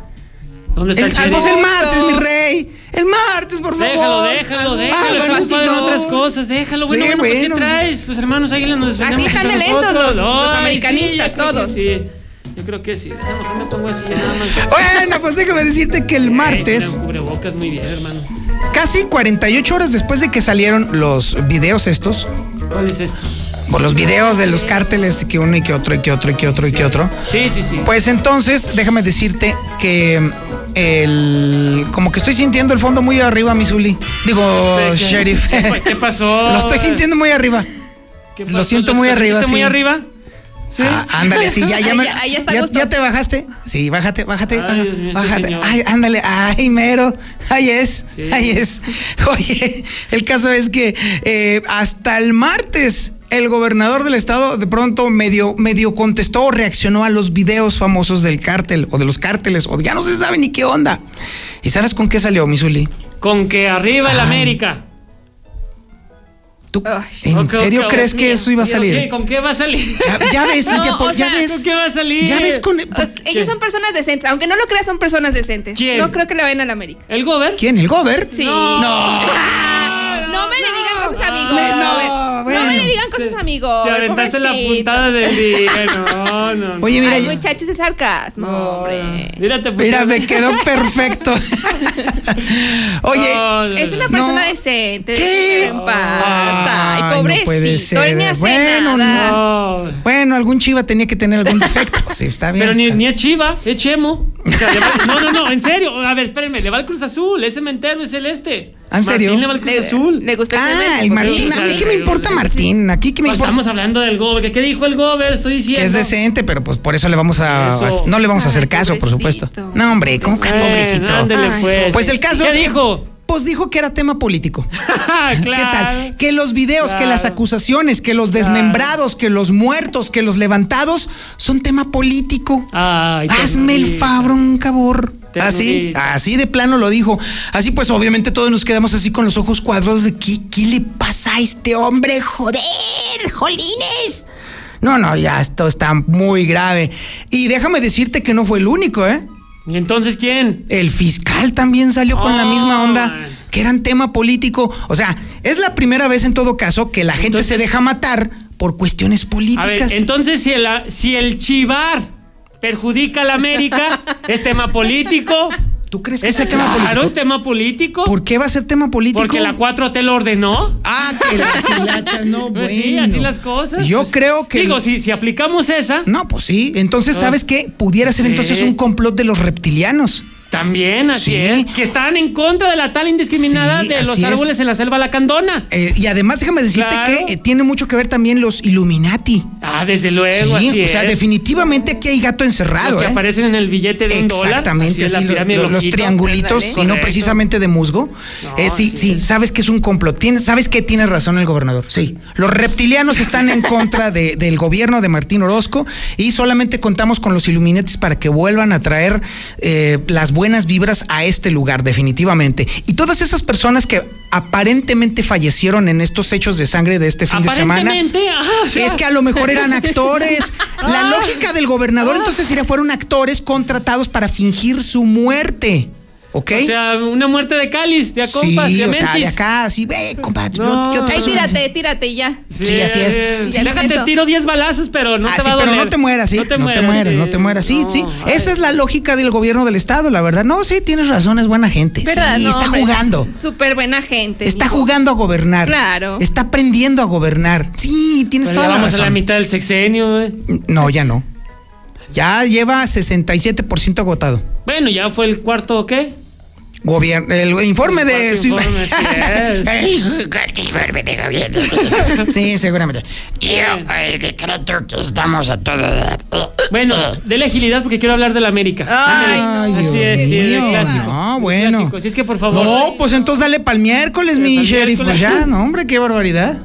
Speaker 4: ¿Dónde está
Speaker 3: El,
Speaker 4: el,
Speaker 3: ah,
Speaker 4: sheriff?
Speaker 3: pues el
Speaker 5: Justo.
Speaker 3: martes, mi rey. El martes, por favor.
Speaker 4: Déjalo, déjalo, déjalo.
Speaker 3: Ah,
Speaker 4: está
Speaker 3: bueno,
Speaker 4: ocupado en
Speaker 6: sí, no.
Speaker 4: otras cosas. Déjalo. Bueno,
Speaker 3: Sí,
Speaker 4: bueno, pues, ¿qué
Speaker 3: bueno.
Speaker 4: traes? Tus hermanos águilas nos defendemos.
Speaker 6: Así están de
Speaker 4: entre
Speaker 6: lentos
Speaker 4: nosotros.
Speaker 6: los- los
Speaker 4: Ay, sí,
Speaker 6: americanistas,
Speaker 4: yo creo que
Speaker 6: todos.
Speaker 4: Sí, yo creo que sí. Ah, mejor me pongo así, nada más.
Speaker 3: Bueno, pues déjame decirte que el
Speaker 4: Ay,
Speaker 3: martes.
Speaker 4: tienen cubrebocas muy bien, hermano.
Speaker 3: Casi 48 horas después de que salieron los videos estos,
Speaker 4: ¿Cuáles estos?
Speaker 3: por los videos de los cárteles que uno y que otro y que otro y que otro y que otro,
Speaker 4: Sí, sí, sí.
Speaker 3: pues entonces déjame decirte que el como que estoy sintiendo el fondo muy arriba, mi Zuli. Digo,
Speaker 4: ¿Qué- qué-
Speaker 3: sheriff.
Speaker 4: qué pa- qué pasó?
Speaker 3: Lo estoy sintiendo muy arriba.
Speaker 4: ¿Qué
Speaker 3: lo
Speaker 4: pasó?
Speaker 3: siento
Speaker 4: ¿Los
Speaker 3: muy
Speaker 4: que
Speaker 3: arriba,
Speaker 4: sentiste muy
Speaker 3: sí.
Speaker 4: arriba? Sí.
Speaker 3: Ah, ándale, sí, ya, ya, me-
Speaker 6: Ahí- ahí está
Speaker 3: ya-
Speaker 6: gusto.
Speaker 3: ya te bajaste. Sí, bájate, bájate,
Speaker 4: Ay, Dios mío, este
Speaker 3: bájate.
Speaker 4: señor.
Speaker 3: Ay, ándale, ay, mero. Ahí es,
Speaker 4: Sí.
Speaker 3: ahí es. Oye, el caso es que eh, hasta el martes el gobernador del estado de pronto medio, medio contestó o reaccionó a los videos famosos del cártel o de los cárteles o ya no se sabe ni qué onda. ¿Y sabes con qué salió, Misuli?
Speaker 4: Con que arriba
Speaker 3: Ah,
Speaker 4: el América.
Speaker 3: ¿Tú
Speaker 6: Ay.
Speaker 3: en
Speaker 4: Ok,
Speaker 3: serio
Speaker 4: ok,
Speaker 3: crees
Speaker 4: Dios
Speaker 3: que
Speaker 4: mío,
Speaker 3: eso iba a
Speaker 4: Dios mío,
Speaker 3: salir?
Speaker 4: ¿Con qué va a salir?
Speaker 3: Ya, ya ves,
Speaker 6: No,
Speaker 3: Cintia,
Speaker 6: o
Speaker 3: por- ya
Speaker 6: sea,
Speaker 3: ves.
Speaker 4: ¿Con qué va a salir?
Speaker 3: Ya ves con.
Speaker 6: O- Pues, Ellos son personas decentes, aunque no lo creas, son personas decentes.
Speaker 4: ¿Quién?
Speaker 6: No creo que le vayan a la América.
Speaker 4: ¿El Gober?
Speaker 3: ¿Quién? ¿El Gober?
Speaker 6: Sí.
Speaker 3: No.
Speaker 6: Ah, no me le digan cosas, amigos.
Speaker 3: Me- no,
Speaker 6: A ver, no,
Speaker 3: bueno.
Speaker 6: me le digan cosas, amigos.
Speaker 4: Te aventaste la puntada del día. No, no. no.
Speaker 3: Oye, mira,
Speaker 6: Ay, muchachos, es sarcasmo,
Speaker 4: No,
Speaker 6: hombre.
Speaker 4: no. Mira, te
Speaker 3: mira,
Speaker 4: pusieron-
Speaker 3: me quedó perfecto. Oye,
Speaker 4: No, no,
Speaker 6: Es
Speaker 4: no.
Speaker 6: una persona
Speaker 3: No.
Speaker 6: decente.
Speaker 3: ¿Qué?
Speaker 6: ¿Qué pasa?
Speaker 3: Ay,
Speaker 6: Ay,
Speaker 3: no puede ser.
Speaker 6: pobrecito. él ni hace
Speaker 3: Bueno,
Speaker 6: nada.
Speaker 4: No.
Speaker 3: bueno, algún chiva tenía que tener algún defecto. Sí, está bien.
Speaker 4: Pero ni, ni es Chiva, es Chemo. O sea, le va- no, no, no, en serio. A ver, espérenme, le va al Cruz Azul, es cementero, es el este.
Speaker 3: Ah, ¿En serio?
Speaker 4: Martín le va al Cruz
Speaker 6: Le,
Speaker 4: Azul.
Speaker 6: le gusta
Speaker 3: Ah,
Speaker 6: cemento,
Speaker 3: el
Speaker 6: pues,
Speaker 3: Martín.
Speaker 6: sí,
Speaker 3: ¿A
Speaker 6: sí.
Speaker 3: mí qué me importa Martín? Aquí que me
Speaker 4: O sea, Pues Estamos hablando del gober. ¿Qué dijo el gober? Estoy diciendo. Eh,
Speaker 3: que es decente, pero pues por eso le vamos a.
Speaker 4: Eso.
Speaker 3: No le vamos a hacer
Speaker 5: Ay,
Speaker 3: caso, por
Speaker 5: pobrecito.
Speaker 3: supuesto. No, hombre, ¿cómo que
Speaker 4: Bueno,
Speaker 3: pobrecito?
Speaker 4: ándele,
Speaker 5: Ay,
Speaker 4: pues.
Speaker 3: Pues el caso
Speaker 4: ¿Qué
Speaker 3: es que-
Speaker 4: dijo?
Speaker 3: Pues dijo que era tema político.
Speaker 4: claro.
Speaker 3: ¿Qué tal? Que los videos, que las
Speaker 4: Claro.
Speaker 3: acusaciones, que los desmembrados, que los muertos, que los levantados son tema político.
Speaker 4: Ay,
Speaker 3: Hazme el
Speaker 4: ternurita.
Speaker 3: fabrón, cabor.
Speaker 4: Ternurita.
Speaker 3: Así, así de plano lo dijo. Así pues, obviamente todos nos quedamos así con los ojos cuadrados de qué, qué le pasa a este hombre, joder, jolines. No, no, ya esto está muy grave. Y déjame decirte que no fue el único, ¿eh?
Speaker 4: ¿Y entonces quién?
Speaker 3: El fiscal también salió con la misma onda,
Speaker 4: Ay.
Speaker 3: que eran tema político. O sea, es la primera vez en todo caso que la gente se
Speaker 4: Entonces-
Speaker 3: deja matar por cuestiones
Speaker 4: A
Speaker 3: políticas.
Speaker 4: ver, entonces si el, si el chivar perjudica a la América, ¿es tema político?
Speaker 3: ¿Tú crees que
Speaker 4: ¿Es
Speaker 3: sea tema
Speaker 4: claro,
Speaker 3: político?
Speaker 4: es tema político?
Speaker 3: ¿Por qué va a ser tema político?
Speaker 4: Porque la 4T lo ordenó.
Speaker 3: Ah, que las hilachas, no, bueno.
Speaker 4: Pues sí, así las cosas.
Speaker 3: Yo
Speaker 4: Pues,
Speaker 3: creo que.
Speaker 4: Digo, si, si aplicamos esa,
Speaker 3: No, pues sí. Entonces, ¿sabes qué? Pudiera ser
Speaker 4: Sí.
Speaker 3: entonces un complot de los reptilianos.
Speaker 4: también así
Speaker 3: Sí.
Speaker 4: es. Que están en contra de la tal indiscriminada
Speaker 3: Sí,
Speaker 4: de los
Speaker 3: así es.
Speaker 4: árboles en la selva lacandona.
Speaker 3: Eh, y además, déjame decirte
Speaker 4: Claro.
Speaker 3: que eh, tiene mucho que ver también los Illuminati.
Speaker 4: Ah, desde luego,
Speaker 3: Sí,
Speaker 4: así
Speaker 3: o sea,
Speaker 4: es.
Speaker 3: definitivamente aquí hay gato encerrado.
Speaker 4: los que
Speaker 3: ¿eh?
Speaker 4: aparecen en el billete de un dólar.
Speaker 3: Exactamente,
Speaker 4: así es la
Speaker 3: así, lo-
Speaker 4: pirámide
Speaker 3: lo- los
Speaker 4: ojito.
Speaker 3: triangulitos y no
Speaker 4: Correcto.
Speaker 3: precisamente de musgo.
Speaker 4: No,
Speaker 3: Eh, sí,
Speaker 4: así
Speaker 3: sí,
Speaker 4: es.
Speaker 3: sabes que es un complot. Tienes- sabes que tiene razón el gobernador. Sí, los reptilianos están en contra de- del gobierno de Martín Orozco y solamente contamos con los Illuminatis para que vuelvan a traer eh, las buenas vibras a este lugar, definitivamente. Y todas esas personas que aparentemente fallecieron en estos hechos de sangre de este fin de semana.
Speaker 4: Aparentemente, ah,
Speaker 3: Es que a lo mejor eran actores. La lógica del gobernador
Speaker 4: Ah.
Speaker 3: entonces sería fueron actores contratados para fingir su muerte. ¿Ok?
Speaker 4: O sea, una muerte de cáliz, de a compas,
Speaker 3: sí,
Speaker 4: de a
Speaker 3: o sea, de
Speaker 4: mentis.
Speaker 3: acá, así, ve, compa, yo-
Speaker 4: No.
Speaker 3: yo, te
Speaker 6: Ay,
Speaker 3: paso-
Speaker 6: tírate, tírate y ya.
Speaker 3: Sí, así es.
Speaker 4: eh,
Speaker 6: Ya
Speaker 4: Déjate
Speaker 6: es eso.
Speaker 4: tiro 10 balazos, pero no
Speaker 3: Ah,
Speaker 4: te
Speaker 3: sí,
Speaker 4: va a doler.
Speaker 3: pero no te mueras, sí. No te mueras, no te mueras, sí. sí,
Speaker 4: No,
Speaker 3: Esa
Speaker 4: ay.
Speaker 3: es la lógica del gobierno del Estado, la verdad. No, sí, tienes razón, es buena gente.
Speaker 6: ¿Verdad?
Speaker 3: Sí,
Speaker 6: No,
Speaker 3: está
Speaker 6: hombre,
Speaker 3: jugando.
Speaker 6: Súper buena gente.
Speaker 3: Está
Speaker 6: digo.
Speaker 3: jugando a gobernar.
Speaker 6: Claro.
Speaker 3: Está aprendiendo a gobernar. Sí, tienes
Speaker 4: Pero
Speaker 3: toda
Speaker 4: ya
Speaker 3: la
Speaker 4: vamos
Speaker 3: razón.
Speaker 4: a la mitad del sexenio, eh.
Speaker 3: No, ya no. Ya lleva 67% agotado.
Speaker 4: Bueno, ya fue el cuarto, ¿qué?
Speaker 3: Gobier- el informe de.
Speaker 4: Cuarto informe, sí
Speaker 7: informe de gobierno.
Speaker 3: sí, seguramente.
Speaker 7: Yo eh, decreto que estamos a todo dar.
Speaker 4: Bueno, de la agilidad porque quiero hablar de la América.
Speaker 6: Ay,
Speaker 4: Ándale.
Speaker 3: Ay,
Speaker 4: Así
Speaker 3: Dios
Speaker 4: es, sí, es de
Speaker 3: mío.
Speaker 4: clásico.
Speaker 3: No,
Speaker 4: de
Speaker 3: bueno.
Speaker 4: clásico. Así es que por favor.
Speaker 3: No, pues entonces dale para el miércoles, mi
Speaker 4: pa'l
Speaker 3: sheriff. Pues
Speaker 4: miércoles.
Speaker 3: ya, no, hombre, qué barbaridad.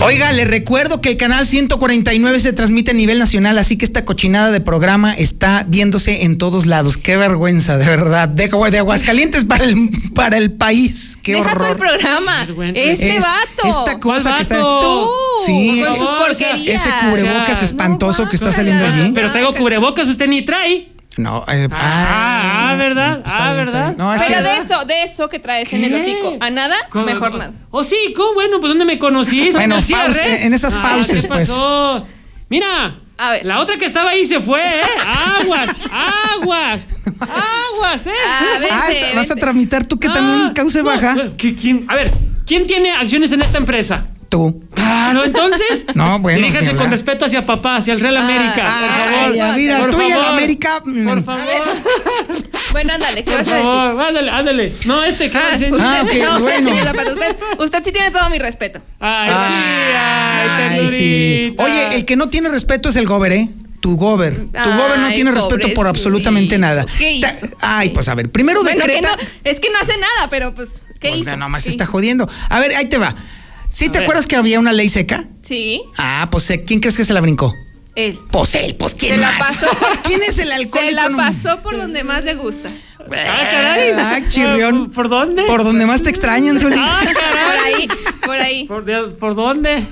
Speaker 3: Oiga, le recuerdo que el canal 149 se transmite a nivel nacional, así que esta cochinada de programa está viéndose en todos lados. Qué vergüenza, de verdad. De, de Aguascalientes para el, para el país. Qué
Speaker 6: Deja todo el
Speaker 3: horror.
Speaker 6: programa.
Speaker 4: Vergüenza.
Speaker 6: Este
Speaker 3: Es-
Speaker 6: vato.
Speaker 4: ¿Cuál
Speaker 3: Esta cosa que está.
Speaker 4: vato?
Speaker 3: Sí,
Speaker 6: Con sus
Speaker 4: Por favor, o sea,
Speaker 6: porquerías.
Speaker 3: ese cubrebocas
Speaker 4: Ya.
Speaker 3: espantoso
Speaker 6: No,
Speaker 3: que está
Speaker 6: bájala.
Speaker 3: saliendo allí.
Speaker 4: Pero traigo cubrebocas, usted ni trae.
Speaker 3: No, eh, pues
Speaker 4: Ah, ah, ¿verdad?
Speaker 3: está
Speaker 4: Ah,
Speaker 3: bien,
Speaker 4: ¿verdad?
Speaker 3: está bien. No, es
Speaker 6: Pero
Speaker 3: que-
Speaker 6: de eso, de eso que traes en el
Speaker 4: ¿Qué?
Speaker 6: hocico. A nada,
Speaker 4: ¿Cómo?
Speaker 6: mejor nada.
Speaker 4: Hocico, bueno, pues ¿dónde me conociste?
Speaker 3: Bueno,
Speaker 4: ¿En el
Speaker 3: fauces,
Speaker 4: cierre?
Speaker 3: en esas
Speaker 4: Ah,
Speaker 3: fauces,
Speaker 4: ¿qué
Speaker 3: pues.
Speaker 4: pasó? Mira,
Speaker 6: A ver.
Speaker 4: la otra que estaba ahí se fue, ¿eh? Aguas, aguas, aguas, ¿eh?
Speaker 6: A ver.
Speaker 3: Ah,
Speaker 6: Vente,
Speaker 3: está- vas a
Speaker 6: vente.
Speaker 3: tramitar tú que
Speaker 4: Ah,
Speaker 3: también cause
Speaker 4: no,
Speaker 3: baja.
Speaker 4: ¿qué- quién? A ver, ¿quién tiene acciones en esta empresa?
Speaker 3: Tú.
Speaker 4: Claro, entonces.
Speaker 3: No, bueno, ni
Speaker 4: Diríjase
Speaker 3: hablar.
Speaker 4: con respeto hacia papá, hacia el Real América.
Speaker 6: Ah,
Speaker 4: por favor.
Speaker 3: Ay, ya, mira,
Speaker 4: por
Speaker 3: tú y el
Speaker 4: favor.
Speaker 3: América. mm,
Speaker 4: Por favor,
Speaker 6: Bueno, ándale, ¿qué
Speaker 4: por
Speaker 6: vas a decir?
Speaker 4: favor, ándale, ándale. No, este, ¿qué va a decir?
Speaker 6: Usted,
Speaker 3: Ah, ok,
Speaker 6: no, usted,
Speaker 3: bueno.
Speaker 6: señor Zapata, usted, usted sí tiene todo mi respeto.
Speaker 4: Ay,
Speaker 3: Ah,
Speaker 4: sí, Ah,
Speaker 3: ay,
Speaker 4: ay,
Speaker 3: sí.
Speaker 4: ternurita.
Speaker 3: Oye, el que no tiene respeto es el gober, ¿eh? Tu gober. Tu
Speaker 6: Ay,
Speaker 3: gober no tiene respeto por
Speaker 6: pobrecito.
Speaker 3: absolutamente nada.
Speaker 6: ¿Qué
Speaker 3: Ta-
Speaker 6: hizo?
Speaker 3: Ay,
Speaker 6: Sí.
Speaker 3: pues a ver, primero
Speaker 6: Bueno, que
Speaker 3: decreta.
Speaker 6: no, es que no hace nada, pero pues, ¿qué
Speaker 3: Pues,
Speaker 6: hizo?
Speaker 3: nomás
Speaker 6: ¿Qué
Speaker 3: se está
Speaker 6: hizo?
Speaker 3: jodiendo. A ver, ahí te va. ¿Sí
Speaker 4: A
Speaker 3: te
Speaker 4: ver.
Speaker 3: acuerdas que había una ley seca?
Speaker 6: Sí,
Speaker 3: Ah, pues eh, ¿quién crees que se la brincó?
Speaker 6: él.
Speaker 3: Pues él, pues ¿quién
Speaker 6: Se la
Speaker 3: más?
Speaker 6: pasó.
Speaker 3: ¿Quién es el alcohólico?
Speaker 6: Se la
Speaker 3: número-
Speaker 6: pasó por donde más le gusta.
Speaker 4: Ah, caray.
Speaker 3: Ah, chirrión.
Speaker 4: ¿Por dónde?
Speaker 3: Por donde más te extrañan, Zuli.
Speaker 4: Ah,
Speaker 6: Por
Speaker 4: caray.
Speaker 6: ahí, por ahí.
Speaker 4: ¿Por, de- por dónde?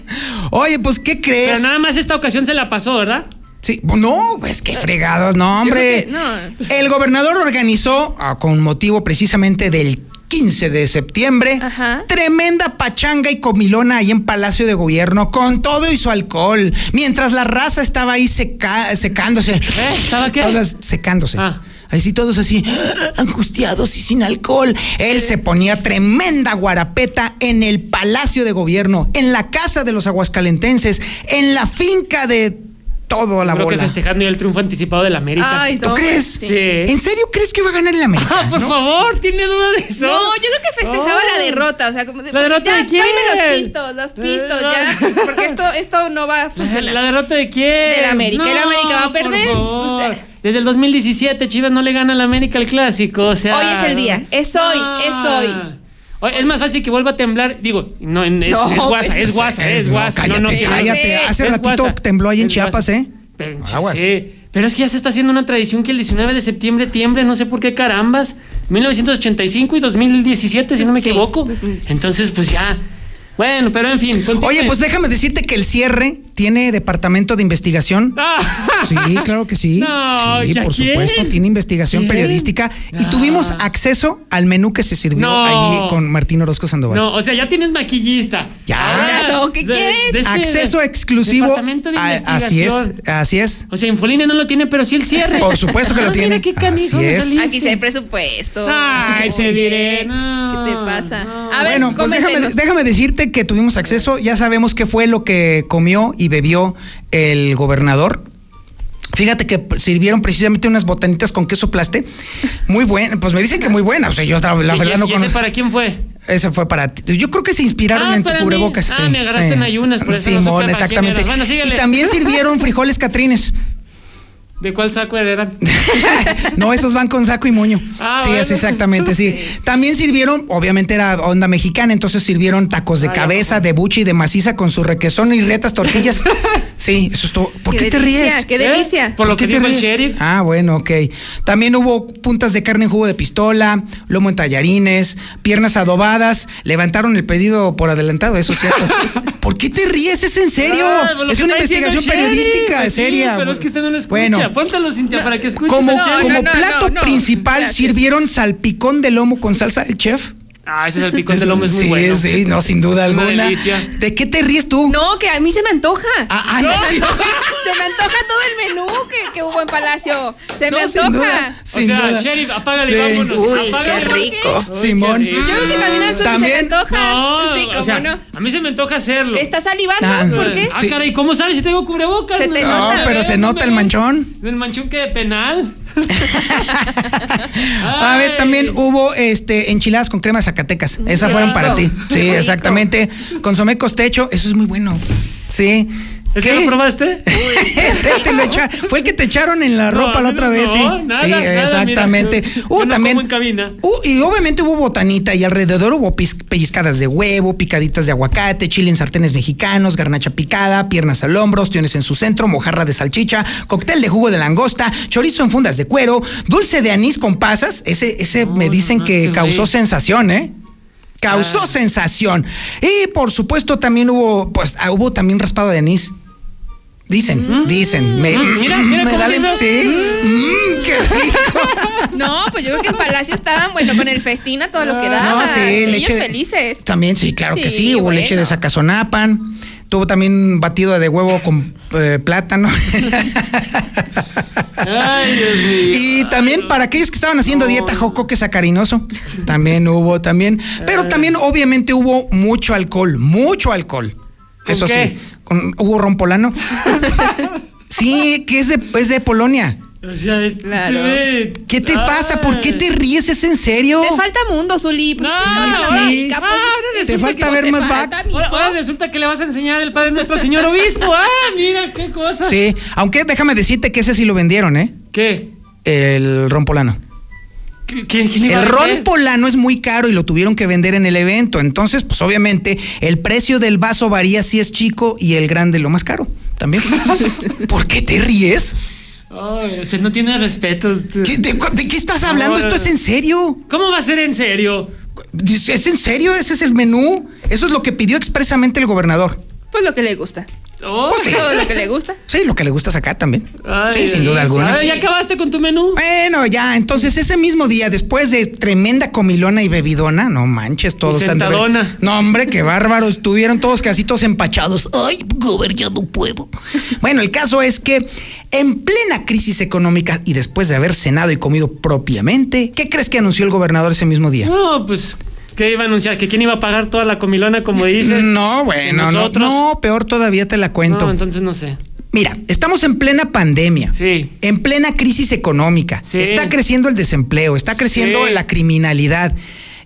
Speaker 3: Oye, pues, ¿qué
Speaker 4: Pero
Speaker 3: crees?
Speaker 4: nada más esta ocasión se la pasó, ¿verdad?
Speaker 3: Sí, no, pues qué fregados, no, hombre.
Speaker 6: Yo creo que
Speaker 3: El gobernador organizó, ah, con motivo precisamente del 15 de septiembre,
Speaker 6: Ajá.
Speaker 3: tremenda pachanga y comilona ahí en Palacio de Gobierno, con todo y su alcohol, mientras la raza estaba ahí seca- secándose.
Speaker 4: ¿Eh? ¿Estaba qué?
Speaker 3: Todas secándose.
Speaker 4: Ah.
Speaker 3: Ahí sí, todos así, angustiados y sin alcohol. Él se ponía tremenda guarapeta en el Palacio de Gobierno, en la casa de los aguascalentenses, en la finca de todo la
Speaker 4: Creo que
Speaker 3: bola.
Speaker 4: festejando ya el triunfo anticipado de la América.
Speaker 6: Ay,
Speaker 3: ¿Tú
Speaker 6: no,
Speaker 3: crees?
Speaker 6: sí.
Speaker 4: Sí.
Speaker 3: ¿En serio crees que va a ganar el América?
Speaker 4: Ah, por
Speaker 3: ¿No?
Speaker 4: favor, ¿tiene duda de eso?
Speaker 6: No, yo creo que festejaba
Speaker 4: Oh.
Speaker 6: la derrota, o sea, como de,
Speaker 4: ¿La derrota
Speaker 6: ya,
Speaker 4: de quién?
Speaker 6: tráeme los pistos, los pistos, ya, porque esto, esto no va a
Speaker 4: La,
Speaker 6: funcionar.
Speaker 4: la derrota de quién?
Speaker 6: Del América. El América va a
Speaker 4: por
Speaker 6: perder.
Speaker 4: favor.
Speaker 6: Usted-
Speaker 4: Desde el 2017 Chivas no le gana al América el clásico. O sea,
Speaker 6: Hoy es el día. Es hoy, es hoy.
Speaker 4: hoy. Es más fácil que vuelva a temblar. Digo, no, en- es,
Speaker 6: No,
Speaker 4: es guasa,
Speaker 6: güey.
Speaker 4: es guasa, es guasa. No, no,
Speaker 3: cállate,
Speaker 4: tiene-
Speaker 3: cállate. Hace
Speaker 4: es
Speaker 3: ratito
Speaker 4: guasa,
Speaker 3: tembló ahí en
Speaker 4: es
Speaker 3: Chiapas,
Speaker 4: guasa.
Speaker 3: ¿eh?
Speaker 4: Pinche,
Speaker 3: Aguas.
Speaker 4: sí. Pero es que ya se está haciendo una tradición que el 19 de septiembre tiemble, no sé por qué carambas. 1985 y 2017, si no me
Speaker 6: Sí,
Speaker 4: equivoco.
Speaker 6: 2017.
Speaker 4: Entonces, pues ya. Bueno, pero en fin. continúe.
Speaker 3: Oye, pues déjame decirte que el cierre tiene departamento de investigación.
Speaker 4: Ah.
Speaker 3: Sí, claro que sí.
Speaker 4: No,
Speaker 3: sí,
Speaker 4: ¿ya
Speaker 3: por
Speaker 4: quién?
Speaker 3: supuesto, tiene investigación
Speaker 4: ¿Quién?
Speaker 3: periodística y tuvimos
Speaker 4: Ah.
Speaker 3: acceso al menú que se sirvió
Speaker 4: No.
Speaker 3: allí con Martín Orozco Sandoval.
Speaker 4: No, o sea, ya tienes maquillista.
Speaker 3: Ya.
Speaker 6: Claro, ¿qué quieres?
Speaker 3: Acceso exclusivo.
Speaker 4: este Departamento de
Speaker 3: a- así es,
Speaker 4: investigación.
Speaker 3: así es.
Speaker 4: O sea, Infolina no lo tiene, pero sí el cierre.
Speaker 3: Por supuesto que lo
Speaker 4: Ah,
Speaker 3: tiene.
Speaker 4: Mira qué canijo
Speaker 3: Así
Speaker 4: me
Speaker 3: es.
Speaker 4: saliste.
Speaker 6: Aquí sí hay presupuesto.
Speaker 4: Ay, se diré.
Speaker 6: ¿Qué te pasa? A ver,
Speaker 3: Bueno, pues déjame,
Speaker 6: coméntenos.
Speaker 3: déjame decirte que tuvimos acceso, ya sabemos qué fue lo que comió y bebió el gobernador. Fíjate que sirvieron precisamente unas botanitas con queso plaste. Muy buena, pues me dicen que muy buena. O sea, yo la, la
Speaker 4: ¿Y,
Speaker 3: verdad
Speaker 4: ese-
Speaker 3: no
Speaker 4: y ese
Speaker 3: conozco.
Speaker 4: para quién fue?
Speaker 3: Esa fue para ti. Yo creo que se inspiraron
Speaker 4: Ah,
Speaker 3: en tu
Speaker 4: para mí.
Speaker 3: cubrebocas.
Speaker 4: Ah, me agarraste en ayunas, por eso no supe
Speaker 3: Simón,
Speaker 4: para
Speaker 3: exactamente.
Speaker 4: quién era. Bueno, síguele.
Speaker 3: y también sirvieron frijoles catrines.
Speaker 4: ¿De cuál saco ¿Eh? eran?
Speaker 3: no, esos van con saco y moño.
Speaker 4: Ah,
Speaker 3: sí,
Speaker 4: bueno.
Speaker 3: es exactamente, sí. También sirvieron, obviamente era onda mexicana, entonces sirvieron tacos de
Speaker 4: Ah, ya,
Speaker 3: cabeza, de buche y de maciza con su requesón y retas tortillas. sí, eso estuvo. ¿Por qué, te
Speaker 6: delicia,
Speaker 3: ríes?
Speaker 6: ¡Qué
Speaker 4: ¿Eh?
Speaker 6: delicia!
Speaker 4: Por lo
Speaker 3: ¿Por
Speaker 4: que
Speaker 3: qué te
Speaker 4: dijo el
Speaker 3: ríes?
Speaker 4: sheriff.
Speaker 3: Ah, bueno, ok. También hubo puntas de carne en jugo de pistola, lomo en tallarines, piernas adobadas. Levantaron el pedido por adelantado, eso es cierto. ¿Por qué te ríes? ¿Es en serio?
Speaker 4: Ah, pues lo
Speaker 3: es
Speaker 4: que
Speaker 3: una
Speaker 4: está diciendo el
Speaker 3: investigación
Speaker 4: sheriff.
Speaker 3: periodística,
Speaker 4: Pues sí,
Speaker 3: seria.
Speaker 4: Pero es que usted no lo escucha.
Speaker 3: Bueno, eh,
Speaker 4: Póntalo, Cintia, para que escuche.
Speaker 3: como,
Speaker 6: No, no,
Speaker 3: como
Speaker 6: no,
Speaker 3: plato
Speaker 6: no, no.
Speaker 3: principal
Speaker 6: Gracias.
Speaker 3: sirvieron salpicón de lomo con salsa del chef.
Speaker 4: Ah, ese salpicón de lomo es muy
Speaker 3: sí,
Speaker 4: bueno.
Speaker 3: Sí, no, sin duda
Speaker 4: Es una
Speaker 3: alguna.
Speaker 4: delicia.
Speaker 3: ¿De qué te ríes tú?
Speaker 6: No, que a mí se me antoja.
Speaker 3: Ah, ah, no, sin-
Speaker 6: Se me antoja todo el menú que, que hubo en Palacio. Se
Speaker 3: no,
Speaker 6: me
Speaker 3: sin duda,
Speaker 6: antoja.
Speaker 4: O
Speaker 3: sin
Speaker 4: sea,
Speaker 3: duda.
Speaker 4: sheriff, apágale
Speaker 3: Sí.
Speaker 4: y vámonos.
Speaker 7: Uy, qué
Speaker 4: Apágale.
Speaker 7: rico.
Speaker 4: Uy, qué
Speaker 3: Simón.
Speaker 4: rico.
Speaker 6: Yo creo que también al sur se me
Speaker 3: También.
Speaker 6: antoja.
Speaker 4: No,
Speaker 6: sí, cómo
Speaker 4: o sea,
Speaker 6: no.
Speaker 4: a mí se me antoja hacerlo.
Speaker 6: ¿Está salivando?
Speaker 3: Ah.
Speaker 6: ¿Por qué?
Speaker 4: Ah,
Speaker 3: Sí.
Speaker 4: caray, ¿cómo sabes si tengo cubrebocas?
Speaker 6: Se te
Speaker 4: No,
Speaker 6: nota. ¿eh?
Speaker 4: no,
Speaker 3: pero se
Speaker 4: no
Speaker 3: nota
Speaker 4: me
Speaker 3: el
Speaker 4: ves.
Speaker 3: manchón.
Speaker 4: ¿El manchón que de penal?
Speaker 3: A ver,
Speaker 4: Ay.
Speaker 3: también hubo este enchiladas con crema de Zacatecas.
Speaker 6: Mm,
Speaker 3: Esas
Speaker 6: qué
Speaker 3: fueron
Speaker 6: rico.
Speaker 3: para ti.
Speaker 6: Qué
Speaker 3: Sí,
Speaker 6: rico.
Speaker 3: exactamente. Consomé costecho, eso es muy bueno. Sí.
Speaker 4: ¿Es que
Speaker 3: ¿Qué?
Speaker 4: lo probaste?
Speaker 3: Ese te lo echa- fue el que te echaron en la
Speaker 4: No,
Speaker 3: ropa
Speaker 4: no,
Speaker 3: la otra vez,
Speaker 4: no,
Speaker 3: sí.
Speaker 4: nada,
Speaker 3: sí,
Speaker 4: nada, mira,
Speaker 3: exactamente.
Speaker 4: yo- yo
Speaker 3: Uh,
Speaker 4: no
Speaker 3: también.
Speaker 4: como en cabina.
Speaker 3: Uh, y obviamente hubo botanita y alrededor hubo pis- pellizcadas de huevo, picaditas de aguacate, chile en sartenes mexicanos, garnacha picada, piernas al hombro, ostiones en su centro, mojarra de salchicha, cóctel de jugo de langosta, chorizo en fundas de cuero, dulce de anís con pasas. Ese, ese me
Speaker 4: no,
Speaker 3: dicen
Speaker 4: no,
Speaker 3: que
Speaker 4: qué
Speaker 3: causó
Speaker 4: rico.
Speaker 3: sensación, ¿eh? Causó
Speaker 4: Ah.
Speaker 3: sensación. Y por supuesto también hubo, pues, ah, hubo también raspado de anís. Dicen, dicen. Me,
Speaker 4: Mm, mira, mira
Speaker 3: me
Speaker 4: cómo
Speaker 3: da la-
Speaker 4: dices.
Speaker 3: Sí. Mm, qué rico.
Speaker 6: No, pues yo creo que en Palacio estaban, bueno, con el festín a todo lo que daba.
Speaker 3: Ah, No, sí,
Speaker 6: Ah, Ellos
Speaker 3: leche de-
Speaker 6: felices.
Speaker 3: También, sí, claro que
Speaker 6: Sí,
Speaker 3: sí. Hubo
Speaker 6: bueno.
Speaker 3: leche de Zacazonapan. Tuvo también batido de huevo con eh, plátano.
Speaker 4: Ay, Dios mío.
Speaker 3: Y también para aquellos que estaban haciendo dieta jocoque sacarinoso, también hubo también,
Speaker 4: Ah.
Speaker 3: pero también obviamente hubo mucho alcohol, mucho alcohol.
Speaker 4: ¿Con
Speaker 3: Eso
Speaker 4: qué?
Speaker 3: sí, con, hubo rompolano. sí, que es de es de Polonia.
Speaker 4: O sea, es-
Speaker 6: Claro.
Speaker 4: se ve- Ah.
Speaker 3: ¿Qué te pasa? ¿Por qué te
Speaker 4: Ay.
Speaker 3: ríes? ¿Es en serio?
Speaker 6: Te falta mundo, Zuli. Pues,
Speaker 4: No,
Speaker 6: ahora
Speaker 4: sí.
Speaker 6: dedica, pues,
Speaker 4: Ah, ahora
Speaker 3: te
Speaker 4: resulta
Speaker 3: falta
Speaker 4: que-
Speaker 3: ver
Speaker 6: te
Speaker 3: más
Speaker 6: falta,
Speaker 3: backs.
Speaker 6: mi-
Speaker 4: Ahora, ahora resulta que le vas a enseñar el Padre Nuestro al señor obispo. Ah, mira, qué cosa.
Speaker 3: Sí, aunque déjame decirte que ese sí lo vendieron, ¿eh?
Speaker 4: ¿Qué?
Speaker 3: El ron polano.
Speaker 4: ¿Qué, qué- qué le iba a
Speaker 3: El ron
Speaker 4: decir?
Speaker 3: polano es muy caro y lo tuvieron que vender en el evento. Entonces, pues obviamente, el precio del vaso varía si es chico y el grande lo más caro. También. ¿Por qué te ríes?
Speaker 4: Ay, o sea, no tiene respeto. usted.
Speaker 3: ¿Qué- de, cu- de qué estás hablando? ¿Esto es en serio?
Speaker 4: ¿Cómo va a ser en serio?
Speaker 3: Dice, ¿Es en serio? ¿Ese es el menú? Eso es lo que pidió expresamente el gobernador.
Speaker 6: Pues lo que le gusta.
Speaker 4: Oh.
Speaker 3: Pues sí.
Speaker 6: Todo lo que le gusta.
Speaker 3: Sí, lo que le gusta sacar también.
Speaker 4: Ay,
Speaker 3: sí, sin duda
Speaker 4: Dios.
Speaker 3: alguna.
Speaker 4: Ah, ¿Ya acabaste con tu menú?
Speaker 3: Bueno, ya, entonces ese mismo día, después de tremenda comilona y bebidona, no manches, todos
Speaker 4: Y
Speaker 3: han de ver-
Speaker 4: sentadona.
Speaker 3: No, hombre, qué bárbaros, estuvieron todos casitos empachados. Ay, gober, ya no puedo. Bueno, el caso es que en plena crisis económica y después de haber cenado y comido propiamente, ¿qué crees que anunció el gobernador ese mismo día?
Speaker 4: No, pues, ¿qué iba a anunciar? ¿Que quién iba a pagar toda la comilona, como dices?
Speaker 3: No, bueno, no,
Speaker 4: ¿Nosotros?
Speaker 3: no, peor todavía te la
Speaker 4: No,
Speaker 3: cuento.
Speaker 4: entonces no sé.
Speaker 3: Mira, estamos en plena pandemia.
Speaker 4: Sí.
Speaker 3: En plena crisis económica.
Speaker 4: Sí.
Speaker 3: Está creciendo el desempleo, está creciendo
Speaker 4: Sí.
Speaker 3: la criminalidad.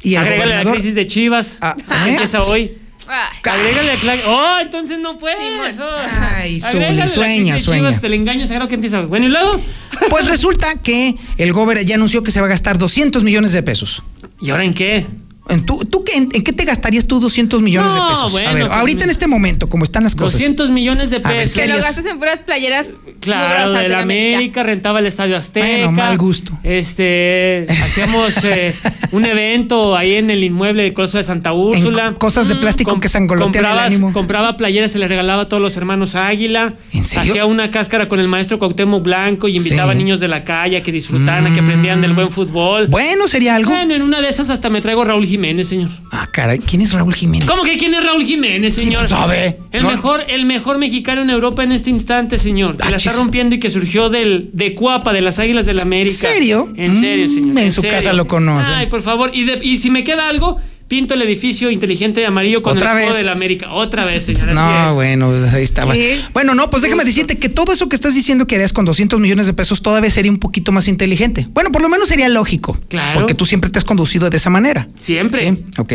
Speaker 3: Y el
Speaker 4: Agrégale la
Speaker 3: gobernador-
Speaker 4: crisis de Chivas.
Speaker 3: Ah, ¿eh?
Speaker 4: Empieza hoy.
Speaker 6: Ah,
Speaker 4: Agrégale a Cla- ¡Oh! Entonces no puede.
Speaker 3: Ay, Zuli, sueña,
Speaker 4: sueña,
Speaker 3: sueña.
Speaker 4: Chivas, del engaño sagrado que empieza. Bueno, y luego.
Speaker 3: Pues resulta que el Gober ya anunció que se va a gastar 200 millones de pesos.
Speaker 4: ¿Y ahora en qué?
Speaker 3: ¿En ¿Tú, tú qué- en, en qué te gastarías tú 200 millones
Speaker 4: No,
Speaker 3: de pesos?
Speaker 4: bueno,
Speaker 3: a ver,
Speaker 4: pues,
Speaker 3: ahorita en este momento, como están las cosas.
Speaker 4: 200 millones de
Speaker 3: A ver,
Speaker 4: pesos.
Speaker 3: ¿qué
Speaker 6: que lo
Speaker 3: Dios.
Speaker 6: gastas en puras playeras
Speaker 4: Claro,
Speaker 6: mugrosas
Speaker 4: de
Speaker 6: del
Speaker 4: la América. rentaba el Estadio Azteca.
Speaker 3: Bueno, mal gusto.
Speaker 4: Este, hacíamos eh, un evento ahí en el inmueble del Coloso de Santa
Speaker 3: En
Speaker 4: Úrsula.
Speaker 3: co- cosas de plástico
Speaker 4: Com-
Speaker 3: que sangolotean el
Speaker 4: comprabas-
Speaker 3: ánimo.
Speaker 4: Compraba playeras, se les regalaba a todos los hermanos Águila.
Speaker 3: ¿En serio?
Speaker 4: Hacía una cáscara con el maestro Cuauhtémoc Blanco y invitaba
Speaker 3: Sí. Mm.
Speaker 4: a niños de la calle a que disfrutaran, a que aprendieran del buen fútbol.
Speaker 3: Bueno, sería algo.
Speaker 4: Bueno, en una de esas hasta me traigo a Raúl Jiménez, señor.
Speaker 3: Ah, caray, ¿quién es Raúl Jiménez?
Speaker 4: ¿Cómo que quién es Raúl Jiménez,
Speaker 3: Sí,
Speaker 4: señor?
Speaker 3: pues, sabe.
Speaker 4: El
Speaker 3: No.
Speaker 4: mejor, el mejor mexicano en Europa en este instante, señor. Que
Speaker 3: Ah,
Speaker 4: la está
Speaker 3: chis.
Speaker 4: rompiendo y que surgió del de Cuapa, de las Águilas del América.
Speaker 3: ¿En serio?
Speaker 4: En serio,
Speaker 3: Mm,
Speaker 4: señor.
Speaker 3: en su
Speaker 4: serio.
Speaker 3: casa lo conocen.
Speaker 4: Ay, por favor. Y, de- y si me queda algo, pinto el edificio inteligente de amarillo con
Speaker 3: ¿Otra
Speaker 4: el escudo
Speaker 3: vez?
Speaker 4: del América. Otra vez, señor. así
Speaker 3: No,
Speaker 4: es.
Speaker 3: bueno, pues ahí estaba.
Speaker 5: ¿Qué?
Speaker 3: Bueno, no, pues déjame
Speaker 5: Justos.
Speaker 3: decirte que todo eso que estás diciendo que harías con 200 millones de pesos todavía sería un poquito más inteligente. Bueno, por lo menos sería lógico.
Speaker 4: Claro.
Speaker 3: Porque tú siempre te has conducido de esa manera.
Speaker 4: Siempre.
Speaker 3: Sí, ok.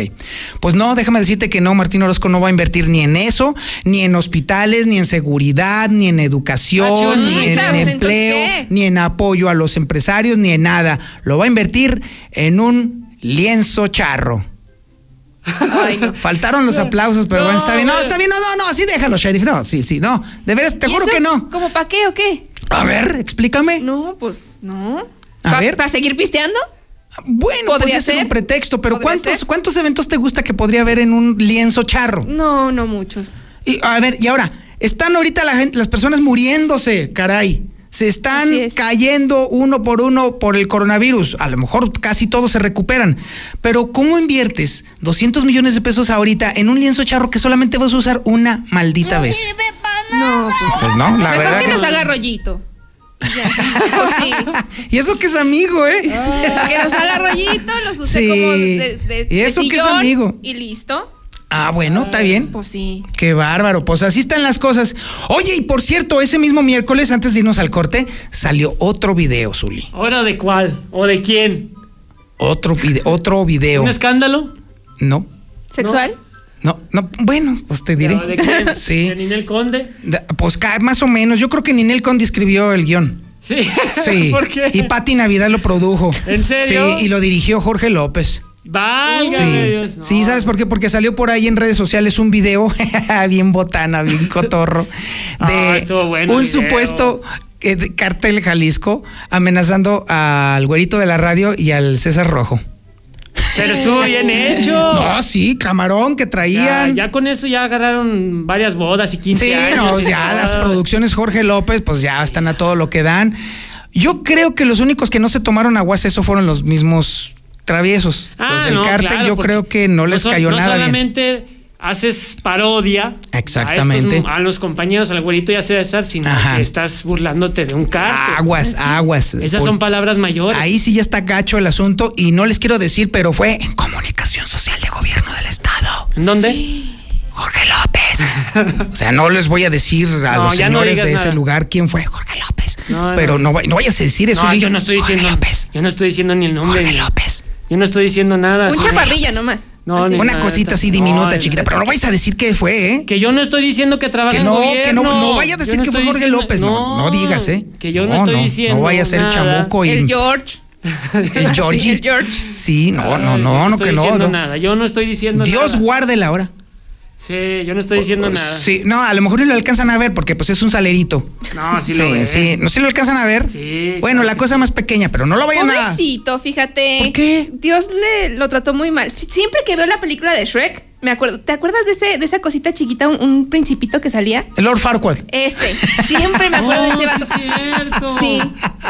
Speaker 3: Pues no, déjame decirte que no, Martín Orozco no va a invertir ni en eso, ni en hospitales, ni en seguridad, ni en educación,
Speaker 4: Ah, chido,
Speaker 3: ni en,
Speaker 4: entonces,
Speaker 3: en
Speaker 5: entonces,
Speaker 3: empleo,
Speaker 5: ¿qué?
Speaker 3: ni en apoyo a los empresarios, ni en nada. Lo va a invertir en un lienzo charro.
Speaker 5: Ay, no.
Speaker 3: Faltaron los aplausos, pero
Speaker 4: No,
Speaker 3: bueno, está bien. No,
Speaker 4: güey.
Speaker 3: está bien, no, no, no, así déjalo, sheriff. No, sí, sí, no. De veras, te
Speaker 6: ¿Y
Speaker 3: juro
Speaker 6: eso?
Speaker 3: que no.
Speaker 6: ¿Cómo para qué o qué?
Speaker 3: A ver, explícame.
Speaker 6: No, pues no.
Speaker 3: A
Speaker 6: ¿Para
Speaker 3: ver.
Speaker 6: seguir pisteando?
Speaker 3: Bueno, podría,
Speaker 6: ¿Podría
Speaker 3: ser?
Speaker 6: ser?
Speaker 3: un pretexto, pero
Speaker 6: ¿Podría
Speaker 3: ¿cuántos,
Speaker 6: ser?
Speaker 3: ¿cuántos eventos te gusta que podría haber en un lienzo charro?
Speaker 6: No, no muchos.
Speaker 3: Y, a ver, y ahora, están ahorita la gente- las personas muriéndose, caray. Se están
Speaker 6: Así es.
Speaker 3: cayendo uno por uno por el coronavirus. A lo mejor casi todos se recuperan. Pero ¿cómo inviertes 200 millones de pesos ahorita en un lienzo charro que solamente vas a usar una maldita vez?
Speaker 6: No, pues.
Speaker 3: Pues no, la
Speaker 6: Mejor
Speaker 3: verdad.
Speaker 6: que
Speaker 3: que-
Speaker 6: nos haga rollito. Ya. Pues sí. Ah.
Speaker 3: y eso que es amigo, ¿eh?
Speaker 6: Que nos haga rollito, los use
Speaker 3: Sí.
Speaker 6: como de, de-
Speaker 3: ¿Y
Speaker 6: de
Speaker 3: eso que es
Speaker 6: sillón
Speaker 3: amigo?
Speaker 6: Y listo.
Speaker 3: Ah, bueno, está bien.
Speaker 6: Pues sí.
Speaker 3: Qué bárbaro, pues así están las cosas. Oye, y por cierto, ese mismo miércoles, antes de irnos al corte, salió otro video, Zuli.
Speaker 4: ¿Ahora de cuál? ¿O de quién?
Speaker 3: Otro, vide- otro video.
Speaker 4: ¿Un escándalo?
Speaker 3: No,
Speaker 6: ¿Sexual?
Speaker 3: no, no. Bueno, pues te diré.
Speaker 4: ¿O ¿De quién?
Speaker 3: Sí.
Speaker 4: ¿De Ninel Conde?
Speaker 3: Da- Pues ca- más o menos. Yo creo que Ninel Conde escribió el guión.
Speaker 4: Sí.
Speaker 3: Sí.
Speaker 4: ¿Por qué?
Speaker 3: Y Pati Navidad lo produjo.
Speaker 4: ¿En serio?
Speaker 3: Sí, y lo dirigió Jorge López.
Speaker 4: Válgame
Speaker 3: Sí.
Speaker 4: Dios. no.
Speaker 3: Sí, ¿sabes por qué? Porque salió por ahí en redes sociales un video, bien botana, bien cotorro,
Speaker 4: Ah,
Speaker 3: de
Speaker 4: estuvo bueno el
Speaker 3: un
Speaker 4: video.
Speaker 3: supuesto eh, de cartel Jalisco amenazando al güerito de la radio y al César Rojo.
Speaker 4: Pero estuvo bien hecho.
Speaker 3: No, sí, camarón que
Speaker 4: Ya,
Speaker 3: traían.
Speaker 4: ya con eso ya agarraron varias bodas y 15
Speaker 3: Sí,
Speaker 4: años.
Speaker 3: no,
Speaker 4: y
Speaker 3: ya
Speaker 4: todo.
Speaker 3: las producciones Jorge López, pues ya están a todo lo que dan. Yo creo que los únicos que no se tomaron aguas eso fueron los mismos traviesos.
Speaker 4: Ah,
Speaker 3: los del
Speaker 4: no,
Speaker 3: cártel,
Speaker 4: claro,
Speaker 3: yo
Speaker 4: porque
Speaker 3: creo que no les
Speaker 4: sol-
Speaker 3: cayó
Speaker 4: no
Speaker 3: nada bien.
Speaker 4: solamente haces parodia
Speaker 3: Exactamente.
Speaker 4: a, estos- a los compañeros, al güerito y a César, sino
Speaker 3: Ajá.
Speaker 4: que estás burlándote de un cártel.
Speaker 3: Aguas, aguas.
Speaker 4: Esas
Speaker 3: Por-
Speaker 4: son palabras mayores.
Speaker 3: Ahí sí ya está gacho el asunto y no les quiero decir, pero fue en comunicación social de gobierno del estado.
Speaker 4: ¿En dónde?
Speaker 3: Jorge López. o sea, no les voy a decir a
Speaker 4: No,
Speaker 3: los
Speaker 4: ya no
Speaker 3: señores
Speaker 4: digas
Speaker 3: de ese
Speaker 4: nada.
Speaker 3: lugar quién fue Jorge López.
Speaker 4: No, no.
Speaker 3: pero no, va- no vayas a decir eso.
Speaker 4: No,
Speaker 3: di,
Speaker 4: yo no estoy
Speaker 3: Jorge
Speaker 4: diciendo.
Speaker 3: López.
Speaker 4: Yo no estoy diciendo ni el nombre.
Speaker 3: Jorge
Speaker 4: ni-
Speaker 3: López.
Speaker 4: Yo no estoy diciendo nada.
Speaker 6: Un
Speaker 4: sí.
Speaker 6: chaparrilla nomás.
Speaker 4: No,
Speaker 6: Así.
Speaker 4: ni-
Speaker 3: Una
Speaker 4: no,
Speaker 3: cosita así
Speaker 4: no,
Speaker 3: diminuta,
Speaker 4: no,
Speaker 3: chiquita,
Speaker 4: no,
Speaker 3: pero no vais a decir qué fue, ¿eh?
Speaker 4: Que yo no estoy diciendo que trabaja
Speaker 3: Que
Speaker 4: en
Speaker 3: no,
Speaker 4: gobierno.
Speaker 3: que no, no vayas a
Speaker 4: Yo
Speaker 3: decir que fue
Speaker 4: estoy
Speaker 3: Jorge
Speaker 4: diciendo-
Speaker 3: López. No, no digas, ¿eh?
Speaker 4: Que yo no,
Speaker 3: No,
Speaker 4: estoy
Speaker 3: no, no
Speaker 4: diciendo
Speaker 3: vaya a ser el
Speaker 4: nada.
Speaker 3: chamuco y-
Speaker 6: El George.
Speaker 3: El Georgie.
Speaker 6: el George.
Speaker 3: Sí, no, no,
Speaker 4: Ay, yo
Speaker 3: no, no,
Speaker 4: estoy
Speaker 3: que no.
Speaker 4: diciendo
Speaker 3: no.
Speaker 4: nada. Yo no estoy diciendo nada. Ah.
Speaker 3: Dios guarde la hora.
Speaker 4: Sí, yo no estoy diciendo nada.
Speaker 3: Sí, no, a lo mejor no lo alcanzan a ver porque pues es un salerito.
Speaker 4: No, sí,
Speaker 3: Sí,
Speaker 4: lo ve.
Speaker 3: sí, no sé si lo alcanzan a ver.
Speaker 4: Sí,
Speaker 3: Bueno,
Speaker 4: claro
Speaker 3: la
Speaker 4: que
Speaker 3: cosa más pequeña, pero no lo vayan a.
Speaker 6: Pobrecito, fíjate.
Speaker 3: ¿Por qué?
Speaker 6: Dios le lo trató muy mal. Siempre que veo la película de Shrek, me acuerdo. ¿Te acuerdas de ese, de esa cosita chiquita, un, un principito que salía?
Speaker 3: Lord Farquaad.
Speaker 6: Ese. Siempre me acuerdo de
Speaker 4: No,
Speaker 6: ese
Speaker 4: sí
Speaker 6: vato.
Speaker 4: es cierto.
Speaker 6: Sí.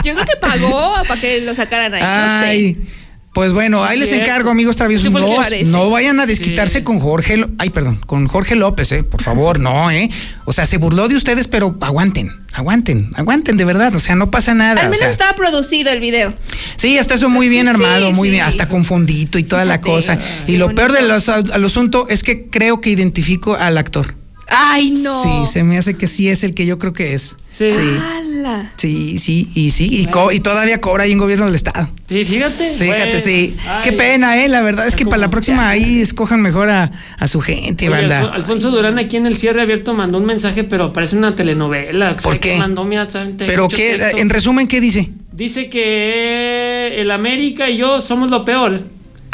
Speaker 6: Yo creo que pagó para que lo sacaran ahí.
Speaker 3: Ay.
Speaker 6: No sé.
Speaker 3: Pues bueno,
Speaker 4: Sí,
Speaker 3: ahí les
Speaker 4: cierto.
Speaker 3: encargo, amigos traviesos,
Speaker 6: Ese fue el que
Speaker 3: no,
Speaker 6: parece.
Speaker 3: no vayan a desquitarse
Speaker 4: Sí.
Speaker 3: con Jorge, Lo- ay, perdón, con Jorge López, eh, por favor, no, eh. O sea, se burló de ustedes, pero aguanten, aguanten, aguanten de verdad, o sea, no pasa nada.
Speaker 6: Al
Speaker 3: o
Speaker 6: menos
Speaker 3: sea.
Speaker 6: estaba producido el video.
Speaker 3: Sí, hasta eso muy bien
Speaker 6: Sí,
Speaker 3: armado, muy
Speaker 6: sí.
Speaker 3: bien, hasta con fondito y toda la
Speaker 6: Fíjate.
Speaker 3: cosa. Y
Speaker 6: Qué
Speaker 3: lo peor
Speaker 6: bonito.
Speaker 3: del as- al asunto es que creo que identifico al actor.
Speaker 6: Ay, no.
Speaker 3: Sí, se me hace que sí es el que yo creo que es.
Speaker 4: Sí.
Speaker 3: Sí.
Speaker 8: Tómala.
Speaker 3: Sí, sí, y sí, y, co- y todavía cobra ahí en gobierno del estado.
Speaker 4: Sí, fíjate.
Speaker 3: Fíjate,
Speaker 4: Pues,
Speaker 3: sí.
Speaker 4: ay.
Speaker 3: Qué pena, eh. La verdad es que
Speaker 4: Como-
Speaker 3: para la próxima ahí escojan mejor a, a su gente,
Speaker 4: Oye, Alfon-
Speaker 3: banda.
Speaker 4: Alfonso Durán aquí en el cierre abierto mandó un mensaje, pero parece una telenovela. O sea,
Speaker 3: ¿Por
Speaker 4: que
Speaker 3: qué?
Speaker 4: Mandó, mira, saben, te-
Speaker 3: Pero
Speaker 4: mucho
Speaker 3: qué,
Speaker 4: texto.
Speaker 3: en resumen, ¿qué dice?
Speaker 4: Dice que el América y yo somos lo peor.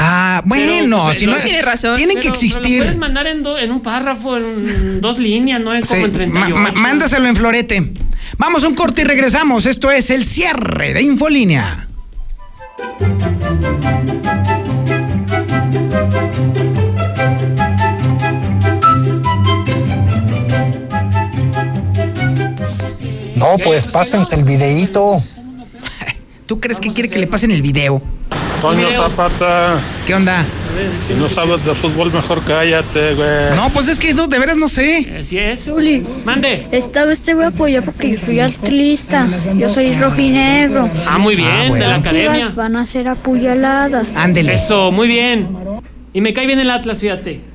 Speaker 3: Ah, bueno,
Speaker 4: pues,
Speaker 3: si
Speaker 4: no
Speaker 3: no.
Speaker 8: tiene razón.
Speaker 3: Tienen que
Speaker 4: Pero- pero lo puedes
Speaker 3: existir.
Speaker 4: mandar en, do- en un párrafo, en dos líneas, ¿no? En, como
Speaker 3: Sí,
Speaker 4: en 38.
Speaker 3: ma- ma- mándaselo en florete. Vamos a un corte y regresamos. Esto es el cierre de Infolínea.
Speaker 9: No, pues pásense el videíto.
Speaker 3: ¿Tú crees que quiere que le pasen el video?
Speaker 1: Toño
Speaker 4: Video.
Speaker 1: Zapata,
Speaker 3: ¿Qué onda?
Speaker 1: si no sabes de fútbol, mejor cállate, güey.
Speaker 3: No, pues es que no, de veras no sé.
Speaker 4: Así es.
Speaker 10: Juli,
Speaker 4: Mande.
Speaker 10: esta vez te voy a apoyar porque yo soy atlista. Yo soy rojinegro.
Speaker 4: Ah, muy bien,
Speaker 3: Ah, bueno.
Speaker 4: de la
Speaker 10: Las Chivas
Speaker 4: academia.
Speaker 10: van a ser apuñaladas.
Speaker 11: Ah.
Speaker 3: Ándele.
Speaker 4: Eso, muy bien. Y me cae bien el Atlas, fíjate.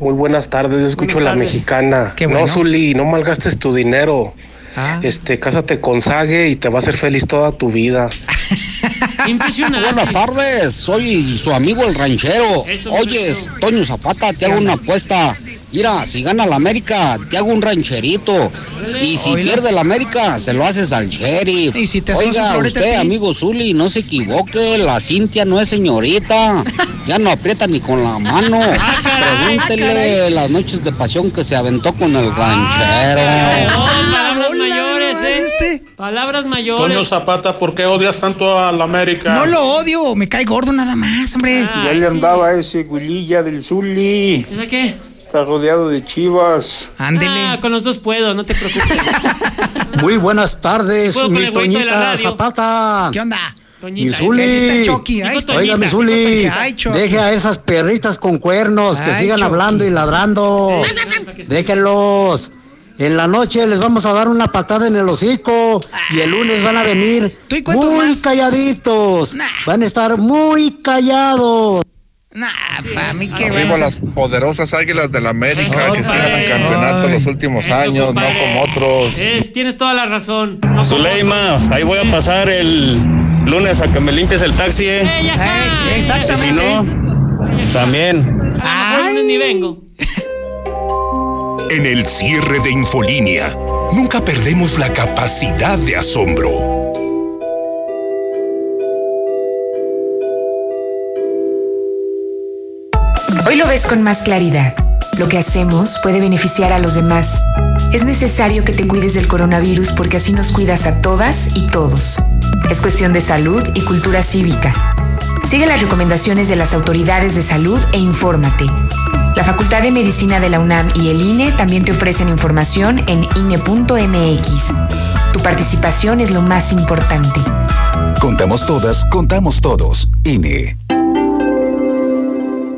Speaker 11: Muy buenas tardes, yo escucho
Speaker 4: Buenas
Speaker 11: la
Speaker 4: tardes.
Speaker 11: mexicana.
Speaker 3: Qué bueno.
Speaker 11: No, Zuli, no malgastes tu dinero.
Speaker 3: Ah.
Speaker 11: Este, cásate con Sague y te va a hacer feliz toda tu vida.
Speaker 4: Impresionante.
Speaker 9: tardes, soy su amigo el ranchero.
Speaker 4: Eso, mi Oyes, ranchero.
Speaker 9: Toño Zapata, te hago una apuesta. Mira, si gana la América, te hago un rancherito. Y si
Speaker 3: Oíla. pierde
Speaker 9: la América, se lo haces al sheriff.
Speaker 3: Y si te hacemos Oiga, un florete a usted, ti. amigo
Speaker 9: Zuli, no se equivoque, la Cintia no es señorita. Ya no aprieta ni con la mano.
Speaker 4: caray, ah,
Speaker 9: Pregúntele las noches de pasión que se aventó con el
Speaker 4: Ay,
Speaker 9: ranchero.
Speaker 4: oh, palabras
Speaker 3: hola,
Speaker 4: mayores,
Speaker 3: ¿no
Speaker 4: ¿eh?
Speaker 3: es este?
Speaker 4: Palabras
Speaker 1: Toño
Speaker 4: mayores.
Speaker 1: Zapata, ¿por qué odias tanto a la América?
Speaker 3: No lo odio, me cae gordo nada más, hombre.
Speaker 4: Ah,
Speaker 1: Ya
Speaker 4: sí.
Speaker 1: le andaba ese guililla del Zuli.
Speaker 4: ¿Esa qué?
Speaker 1: Está rodeado de chivas.
Speaker 3: Ándele.
Speaker 4: Ah, con los dos puedo, no te preocupes. Ah,
Speaker 9: Muy buenas tardes,
Speaker 4: Puedo con
Speaker 9: mi
Speaker 4: el güeyito de la
Speaker 9: Toñita
Speaker 4: radio.
Speaker 9: Zapata.
Speaker 3: ¿Qué onda?
Speaker 4: Toñita.
Speaker 9: Insule.
Speaker 3: Ahí está
Speaker 9: Sí.
Speaker 3: Chucky, ahí
Speaker 4: Dijo
Speaker 3: está.
Speaker 9: Oiga, mi
Speaker 4: Toñita,
Speaker 9: Zuli,
Speaker 3: Ay, Chucky.
Speaker 9: deje a esas perritas con cuernos que
Speaker 3: Ay,
Speaker 9: sigan
Speaker 3: Chucky.
Speaker 9: hablando y ladrando. Déjenlos. En la noche les vamos a dar una patada en el hocico y el lunes van a venir
Speaker 3: ¿Tú y cuántos
Speaker 9: muy
Speaker 3: más?
Speaker 9: calladitos.
Speaker 3: Nah.
Speaker 9: Van a estar muy callados.
Speaker 3: Nah, pa' mí qué
Speaker 4: Arriba
Speaker 3: bueno.
Speaker 4: las
Speaker 12: poderosas águilas del América
Speaker 4: Eso,
Speaker 12: que sigan
Speaker 4: compadre.
Speaker 12: el campeonato
Speaker 3: Ay.
Speaker 12: los últimos
Speaker 4: Eso,
Speaker 12: años,
Speaker 4: compadre.
Speaker 12: no como otros.
Speaker 4: Es- tienes toda la razón. No como
Speaker 11: Zuleima, ahí voy a pasar el lunes a que me limpies el taxi,
Speaker 4: otros.
Speaker 11: ¿eh?
Speaker 4: Ey, ajá.
Speaker 3: Ey, exactamente.
Speaker 11: Si
Speaker 10: ¿Eh?
Speaker 11: no, también.
Speaker 4: A lo mejor
Speaker 3: Ay.
Speaker 4: ni vengo.
Speaker 13: En el cierre de Infolínea, nunca perdemos la capacidad de asombro.
Speaker 14: Hoy lo ves con más claridad. Lo que hacemos puede beneficiar a los demás. Es necesario que te cuides del coronavirus porque así nos cuidas a todas y todos. Es cuestión de salud y cultura cívica. Sigue las recomendaciones de las autoridades de salud e infórmate. La Facultad de Medicina de la UNAM y el INE también te ofrecen información en E INE.mx. Tu participación es lo más importante.
Speaker 13: Contamos todas, contamos todos. INE.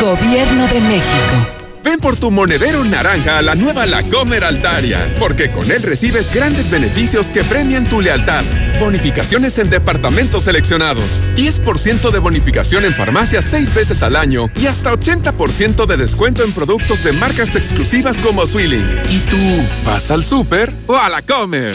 Speaker 10: Gobierno de México.
Speaker 12: Ven por tu monedero naranja a la nueva La Comer Altaria, porque con él recibes grandes beneficios que premian tu lealtad. Bonificaciones en departamentos seleccionados, 10% de bonificación en farmacias seis veces al año y hasta 80% de descuento en productos de marcas exclusivas como Swilling. ¿Y tú vas al súper o a La Comer?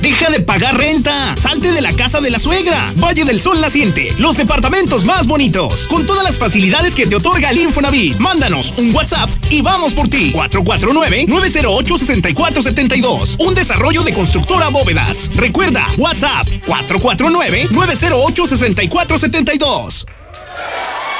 Speaker 15: Deja de pagar renta. Salte de la casa de la suegra. Valle del Sol Naciente. Los departamentos más bonitos. Con todas las facilidades que te otorga el Infonavit. Mándanos un WhatsApp y vamos por ti. 449-908-6472. Un desarrollo de constructora bóvedas. Recuerda, WhatsApp 449-908-6472.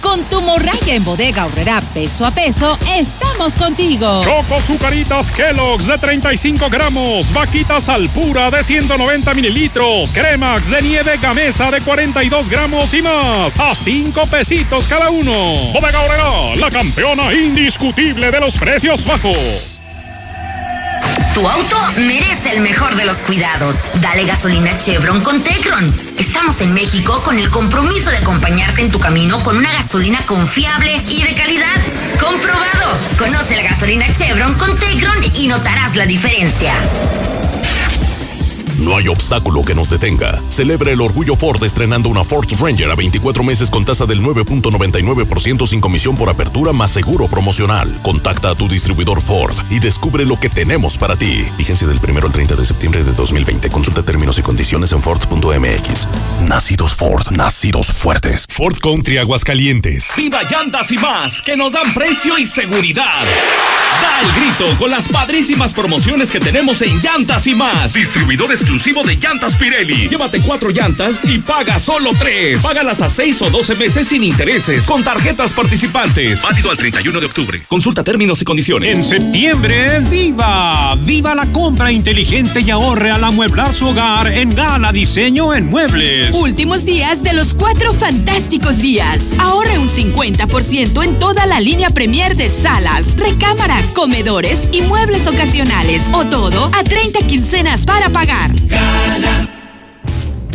Speaker 16: Con tu morraya en bodega ahorrera peso a peso, estamos contigo.
Speaker 17: Choco Sucaritas Kellogg's de 35 gramos, Vaquitas Alpura de 190 mililitros, Cremax de nieve Gamesa de 42 gramos y más, a 5 pesitos cada uno. Bodega Aurrera, la campeona indiscutible de los precios bajos.
Speaker 18: Tu auto merece el mejor de los cuidados. Dale gasolina Chevron con Tecron. Estamos en México con el compromiso de acompañarte en tu camino con una gasolina confiable y de calidad. ¡Comprobado! Conoce la gasolina Chevron con Tecron y notarás la diferencia.
Speaker 13: No hay obstáculo que nos detenga. Celebra el orgullo Ford estrenando una Ford Ranger a 24 meses con tasa del 9.99% sin comisión por apertura más seguro promocional. Contacta a tu distribuidor Ford y descubre lo que tenemos para ti. Vigencia del 1 al 30 de septiembre de 2020. Consulta términos y condiciones en Ford.mx. Nacidos Ford, nacidos fuertes.
Speaker 2: Ford Country Aguascalientes.
Speaker 19: Viva Llantas y más, que nos dan precio y seguridad. Da el grito con las padrísimas promociones que tenemos en Llantas y más. Distribuidor exclusivo de Llantas Pirelli. Llévate cuatro llantas y paga solo tres. Págalas a seis o doce meses sin intereses con tarjetas participantes. Válido al 31 de octubre. Consulta términos y condiciones.
Speaker 20: En septiembre, viva, viva la compra inteligente y ahorre al amueblar su hogar en Gala Diseño en Muebles.
Speaker 21: Últimos días de los cuatro fantásticos días. Ahorre un 50% en toda la línea Premier de salas, recámaras, comedores y muebles ocasionales. O todo a 30 quincenas para pagar.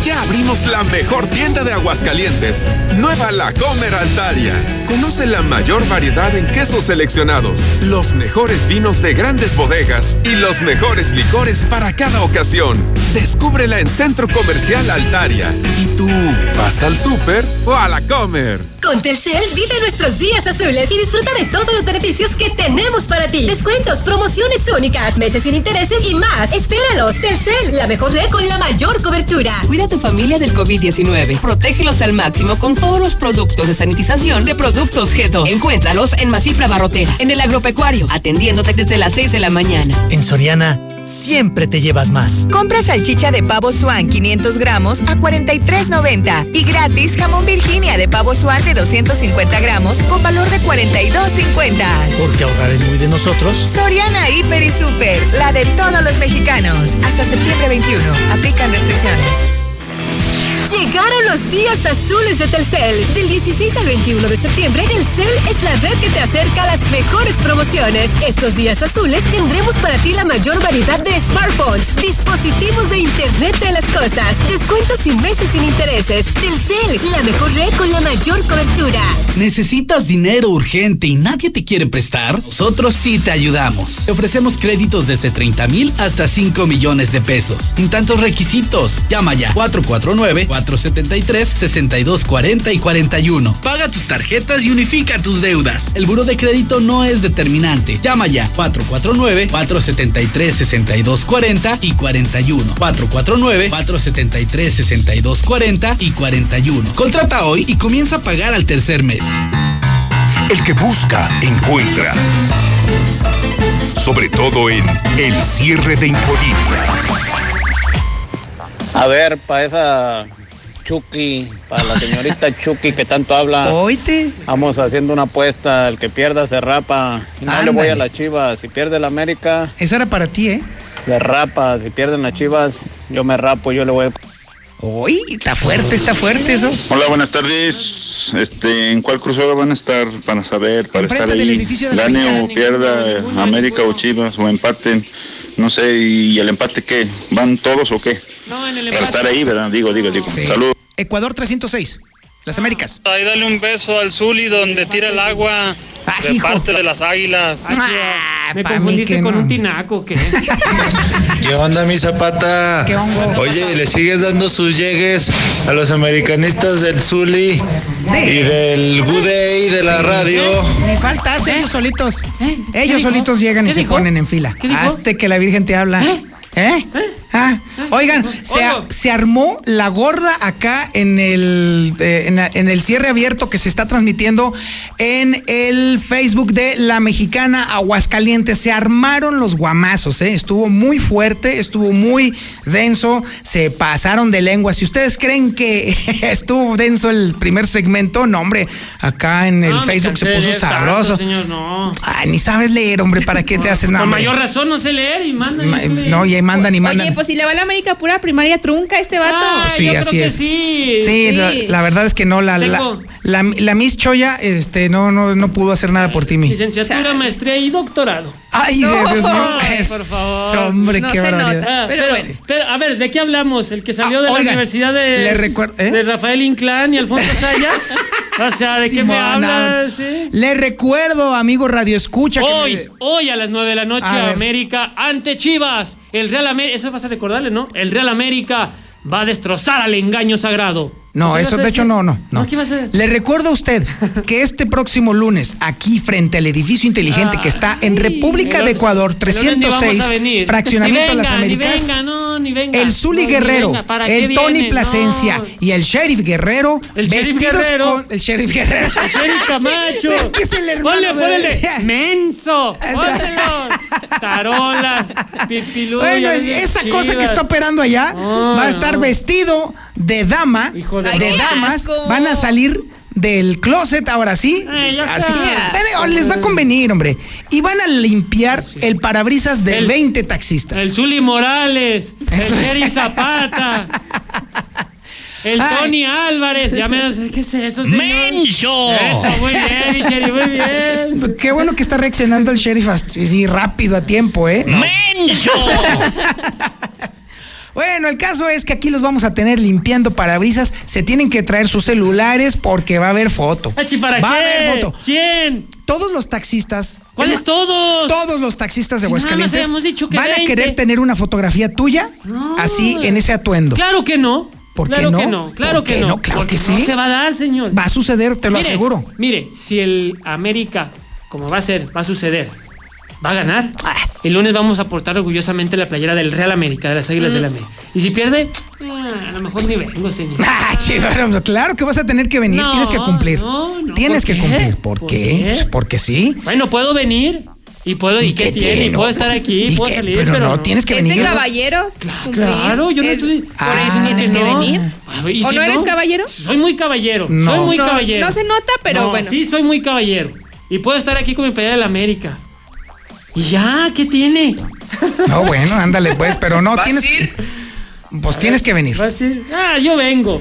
Speaker 12: Ya abrimos la mejor tienda de Aguascalientes, Nueva La Comer Altaria. Conoce la mayor variedad en quesos seleccionados, los mejores vinos de grandes bodegas y los mejores licores para cada ocasión. Descúbrela en Centro Comercial Altaria. ¿Y tú vas al súper o a la Comer?
Speaker 7: Con Telcel vive nuestros días azules y disfruta de todos los beneficios que tenemos para ti. Descuentos, promociones únicas, meses sin intereses y más. Espéralos. Telcel, la mejor red con la mayor cobertura.
Speaker 22: Cuida a tu familia del COVID-19. Protégelos al máximo con todos los productos de sanitización de Productos G2. Encuéntralos en Masifra Barrotera, en el agropecuario, atendiéndote desde las 6 de la mañana.
Speaker 4: En Soriana, siempre te llevas más.
Speaker 8: Compra salchicha de pavo Swan 500 gramos a 43.90 y gratis jamón Virginia de pavo Swan de 250 gramos con valor de 42.50.
Speaker 4: Porque ahorrar es muy de nosotros.
Speaker 8: Soriana Hiper y Super, la de todos los mexicanos. Hasta septiembre 21. Aplican restricciones.
Speaker 7: Llegaron los días azules de Telcel. Del 16 al 21 de septiembre, Telcel es la red que te acerca a las mejores promociones. Estos días azules tendremos para ti la mayor variedad de smartphones, dispositivos de Internet de las cosas, descuentos y meses sin intereses. Telcel, la mejor red con la mayor cobertura.
Speaker 11: ¿Necesitas dinero urgente y nadie te quiere prestar? Nosotros sí te ayudamos. Te ofrecemos créditos desde 30 mil hasta 5 millones de pesos. Sin tantos requisitos. Llama ya 449 473 6240 y 41. Paga tus tarjetas y unifica tus deudas. El buro de crédito no es determinante. Llama ya 449 473 6240 y 41. 449 473 6240 y 41. Contrata hoy y comienza a pagar al tercer mes.
Speaker 2: El que busca, encuentra. Sobre todo en el cierre de Infolínea.
Speaker 9: A ver, para esa Chucky, para la señorita Chucky que tanto
Speaker 3: Ah.
Speaker 9: habla.
Speaker 3: Oíte.
Speaker 9: Vamos haciendo una apuesta. El que pierda se rapa. Y no
Speaker 3: Ándale.
Speaker 9: le voy a la Chivas. Si pierde la América,
Speaker 3: Esa era para ti, ¿eh?
Speaker 9: se rapa. Si pierden las Chivas, yo me rapo. Yo le voy a.
Speaker 3: Uy, está fuerte, está fuerte eso.
Speaker 23: Hola, buenas tardes. Este, ¿En cuál cruzada van a estar para saber, para estar
Speaker 3: Enfrente del
Speaker 23: ahí?
Speaker 3: edificio de la
Speaker 23: Gane
Speaker 3: Villa,
Speaker 23: o pierda eh, América o Chivas o empaten. No sé, ¿y el empate qué? ¿Van todos o qué? Para estar ahí, ¿verdad? Digo, digo, digo. Saludos.
Speaker 3: Ecuador 306. Las Américas.
Speaker 24: Ahí dale un beso al Zuli donde tira el agua
Speaker 3: Ah,
Speaker 24: de
Speaker 3: hijo.
Speaker 24: parte de las águilas.
Speaker 3: Ah,
Speaker 4: Me confundiste con un tinaco, ¿qué?
Speaker 24: ¿Qué onda, mi zapata?
Speaker 4: ¿Qué onda?
Speaker 24: Oye, le sigues dando sus llegues a los americanistas del Zuli
Speaker 3: Sí.
Speaker 24: y del Good Day de la radio.
Speaker 3: Ni faltas, ellos solitos. Ellos solitos llegan y se ponen en fila. Hazte que la Virgen te habla. ¿Eh? Ah, oigan, se, a- se armó la gorda acá en el, eh, en, la- en el cierre abierto que se está transmitiendo en el Facebook de la mexicana Aguascalientes. Se armaron los guamazos, ¿eh? estuvo muy fuerte, estuvo muy denso, se pasaron de lengua. Si ustedes creen que estuvo denso el primer segmento, no, hombre, acá en el
Speaker 4: No, me
Speaker 3: Facebook
Speaker 4: cansé
Speaker 3: se
Speaker 4: de
Speaker 3: puso
Speaker 4: leer tanto,
Speaker 3: sabroso.
Speaker 4: señor, no.
Speaker 3: Ay, ni sabes leer, hombre, ¿para qué te haces nada?
Speaker 4: Con
Speaker 3: hombre?
Speaker 4: mayor razón no sé leer y manda.
Speaker 3: Ma-
Speaker 4: híjole.
Speaker 3: No, y ahí mandan y mandan.
Speaker 6: Oye, pues si le va a la América pura primaria trunca este vato.
Speaker 4: Ah,
Speaker 3: Sí,
Speaker 4: yo
Speaker 3: así
Speaker 4: creo que
Speaker 3: es.
Speaker 4: sí.
Speaker 3: Sí, La, la verdad es que no, la, la,
Speaker 4: Tengo.
Speaker 3: la, la Miss Choya este, no, no, no pudo hacer nada por ti, mi.
Speaker 4: Licenciatura, maestría y doctorado.
Speaker 3: Ay, Dios mío.
Speaker 4: Ay, por favor.
Speaker 3: hombre, No qué se barbaridad. nota,
Speaker 4: Ah,
Speaker 3: pero
Speaker 4: pero,
Speaker 3: bueno.
Speaker 4: pero, a ver, ¿de qué hablamos? El que salió
Speaker 3: Ah,
Speaker 4: de la
Speaker 3: oigan,
Speaker 4: universidad de,
Speaker 3: le recuer- ¿eh?
Speaker 4: de Rafael Inclán y Alfonso Sayas. o sea, ¿de qué me
Speaker 3: Simona.
Speaker 4: hablas? eh?
Speaker 3: Le recuerdo, amigo Radio Escucha, que
Speaker 4: Hoy, hoy a las 9 de la noche,
Speaker 3: A ver.
Speaker 4: América ante Chivas. El Real América, eso vas a recordarle, ¿no? El Real América va a destrozar al engaño sagrado.
Speaker 3: No, eso de hecho no, no, no.
Speaker 4: ¿qué vas a hacer?
Speaker 3: Le recuerdo a usted que este próximo lunes, aquí frente al edificio inteligente que está en República
Speaker 4: Ah, El
Speaker 3: de
Speaker 4: otro-
Speaker 3: Ecuador
Speaker 4: el otro ni vamos
Speaker 3: 306,
Speaker 4: a venir.
Speaker 3: fraccionamiento
Speaker 4: Ni
Speaker 3: Las
Speaker 4: venga, ni
Speaker 3: Américas.
Speaker 4: venga, no, ni venga.
Speaker 3: El Zuli
Speaker 4: No, ni
Speaker 3: Guerrero,
Speaker 4: venga, ¿para qué
Speaker 3: el Tony
Speaker 4: viene?
Speaker 3: Plasencia
Speaker 4: No.
Speaker 3: y el Sheriff Guerrero.
Speaker 4: El Sheriff
Speaker 3: vestidos
Speaker 4: Guerrero.
Speaker 3: con- el Sheriff Guerrero.
Speaker 4: El Sheriff Camacho.
Speaker 3: Es que es el hermano.
Speaker 4: Ponle,
Speaker 3: ¿verdad?
Speaker 4: ponle. Menso. Póntelo. Tarolas. Pipiluya.
Speaker 3: Bueno, esa cosa que está operando allá va a estar vestido de dama,
Speaker 4: Ah, de-
Speaker 3: de,
Speaker 4: Ay, qué
Speaker 3: damas.
Speaker 4: asco.
Speaker 3: Van a salir del closet ahora sí.
Speaker 4: Ay, Eh, ya
Speaker 3: Así-
Speaker 4: está.
Speaker 3: Pero les va a convenir, hombre. Y van a limpiar el parabrisas de
Speaker 4: El-
Speaker 3: 20 taxistas.
Speaker 4: El Zuli Morales. El Jerry Zapata. El
Speaker 3: Ay.
Speaker 4: Tony Álvarez. Ya me ¿Qué es eso, señor?
Speaker 3: ¡Menso!
Speaker 4: Eso, muy bien, Jerry, muy bien.
Speaker 3: Qué bueno que está reaccionando el sheriff así sí, rápido a tiempo, ¿eh?
Speaker 4: ¡Menso!
Speaker 3: Bueno, el caso es que aquí los vamos a tener limpiando parabrisas. Se tienen que traer sus celulares porque va a haber foto.
Speaker 4: Achi, ¿para
Speaker 3: va a
Speaker 4: qué?
Speaker 3: haber foto.
Speaker 4: ¿Quién?
Speaker 3: Todos los taxistas.
Speaker 4: ¿Cuáles
Speaker 3: más,
Speaker 4: todos?
Speaker 3: Todos los taxistas de
Speaker 4: Si nada más
Speaker 3: Aguascalientes
Speaker 4: habíamos dicho que
Speaker 3: van a
Speaker 4: 20.
Speaker 3: querer tener una fotografía tuya así en ese atuendo.
Speaker 4: Claro que no.
Speaker 3: ¿Por qué
Speaker 4: claro
Speaker 3: no?
Speaker 4: que no, claro
Speaker 3: ¿Por
Speaker 4: que
Speaker 3: qué
Speaker 4: no.
Speaker 3: no? Claro
Speaker 4: porque
Speaker 3: que sí.
Speaker 4: No se va a dar, señor.
Speaker 3: Va a suceder, te lo
Speaker 4: Mire,
Speaker 3: aseguro.
Speaker 4: Mire, si el América, como va a ser, va a suceder, va a ganar,
Speaker 3: Ah.
Speaker 4: el lunes vamos a portar orgullosamente la playera del Real América, de las Águilas
Speaker 3: Mm.
Speaker 4: del América. Y si pierde, ah, a lo mejor ni vengo, señor.
Speaker 3: Ah, chido, claro que vas a tener que venir,
Speaker 4: No,
Speaker 3: tienes que cumplir.
Speaker 4: no, no, ¿por
Speaker 3: tienes que
Speaker 4: qué?
Speaker 3: cumplir. ¿Por,
Speaker 4: ¿Por
Speaker 3: qué?
Speaker 4: qué?
Speaker 3: Pues Porque sí.
Speaker 4: Bueno, puedo venir y puedo, ¿y, qué, tiene? Y
Speaker 3: tiene?
Speaker 4: puedo estar aquí,
Speaker 3: ¿Y
Speaker 4: puedo
Speaker 3: qué?
Speaker 4: salir,
Speaker 3: Pero
Speaker 4: pero,
Speaker 3: no, tienes que
Speaker 6: ¿Es
Speaker 3: venir.
Speaker 6: de caballeros? Cumplir.
Speaker 4: Ah, Claro, yo no
Speaker 6: Pues Es-
Speaker 4: estoy. Ah,
Speaker 6: Por eso tienes que venir. ¿O no eres caballero?
Speaker 4: Soy muy caballero. Soy muy
Speaker 6: No,
Speaker 4: caballero.
Speaker 6: no se nota, pero
Speaker 4: No,
Speaker 6: bueno.
Speaker 4: Sí, soy muy caballero. Y puedo estar aquí con mi playera de la América. Y ya, ¿qué tiene?
Speaker 3: No, bueno, ándale pues, pero no tienes que- Pues tienes que venir.
Speaker 4: Va a decir, ah, yo vengo.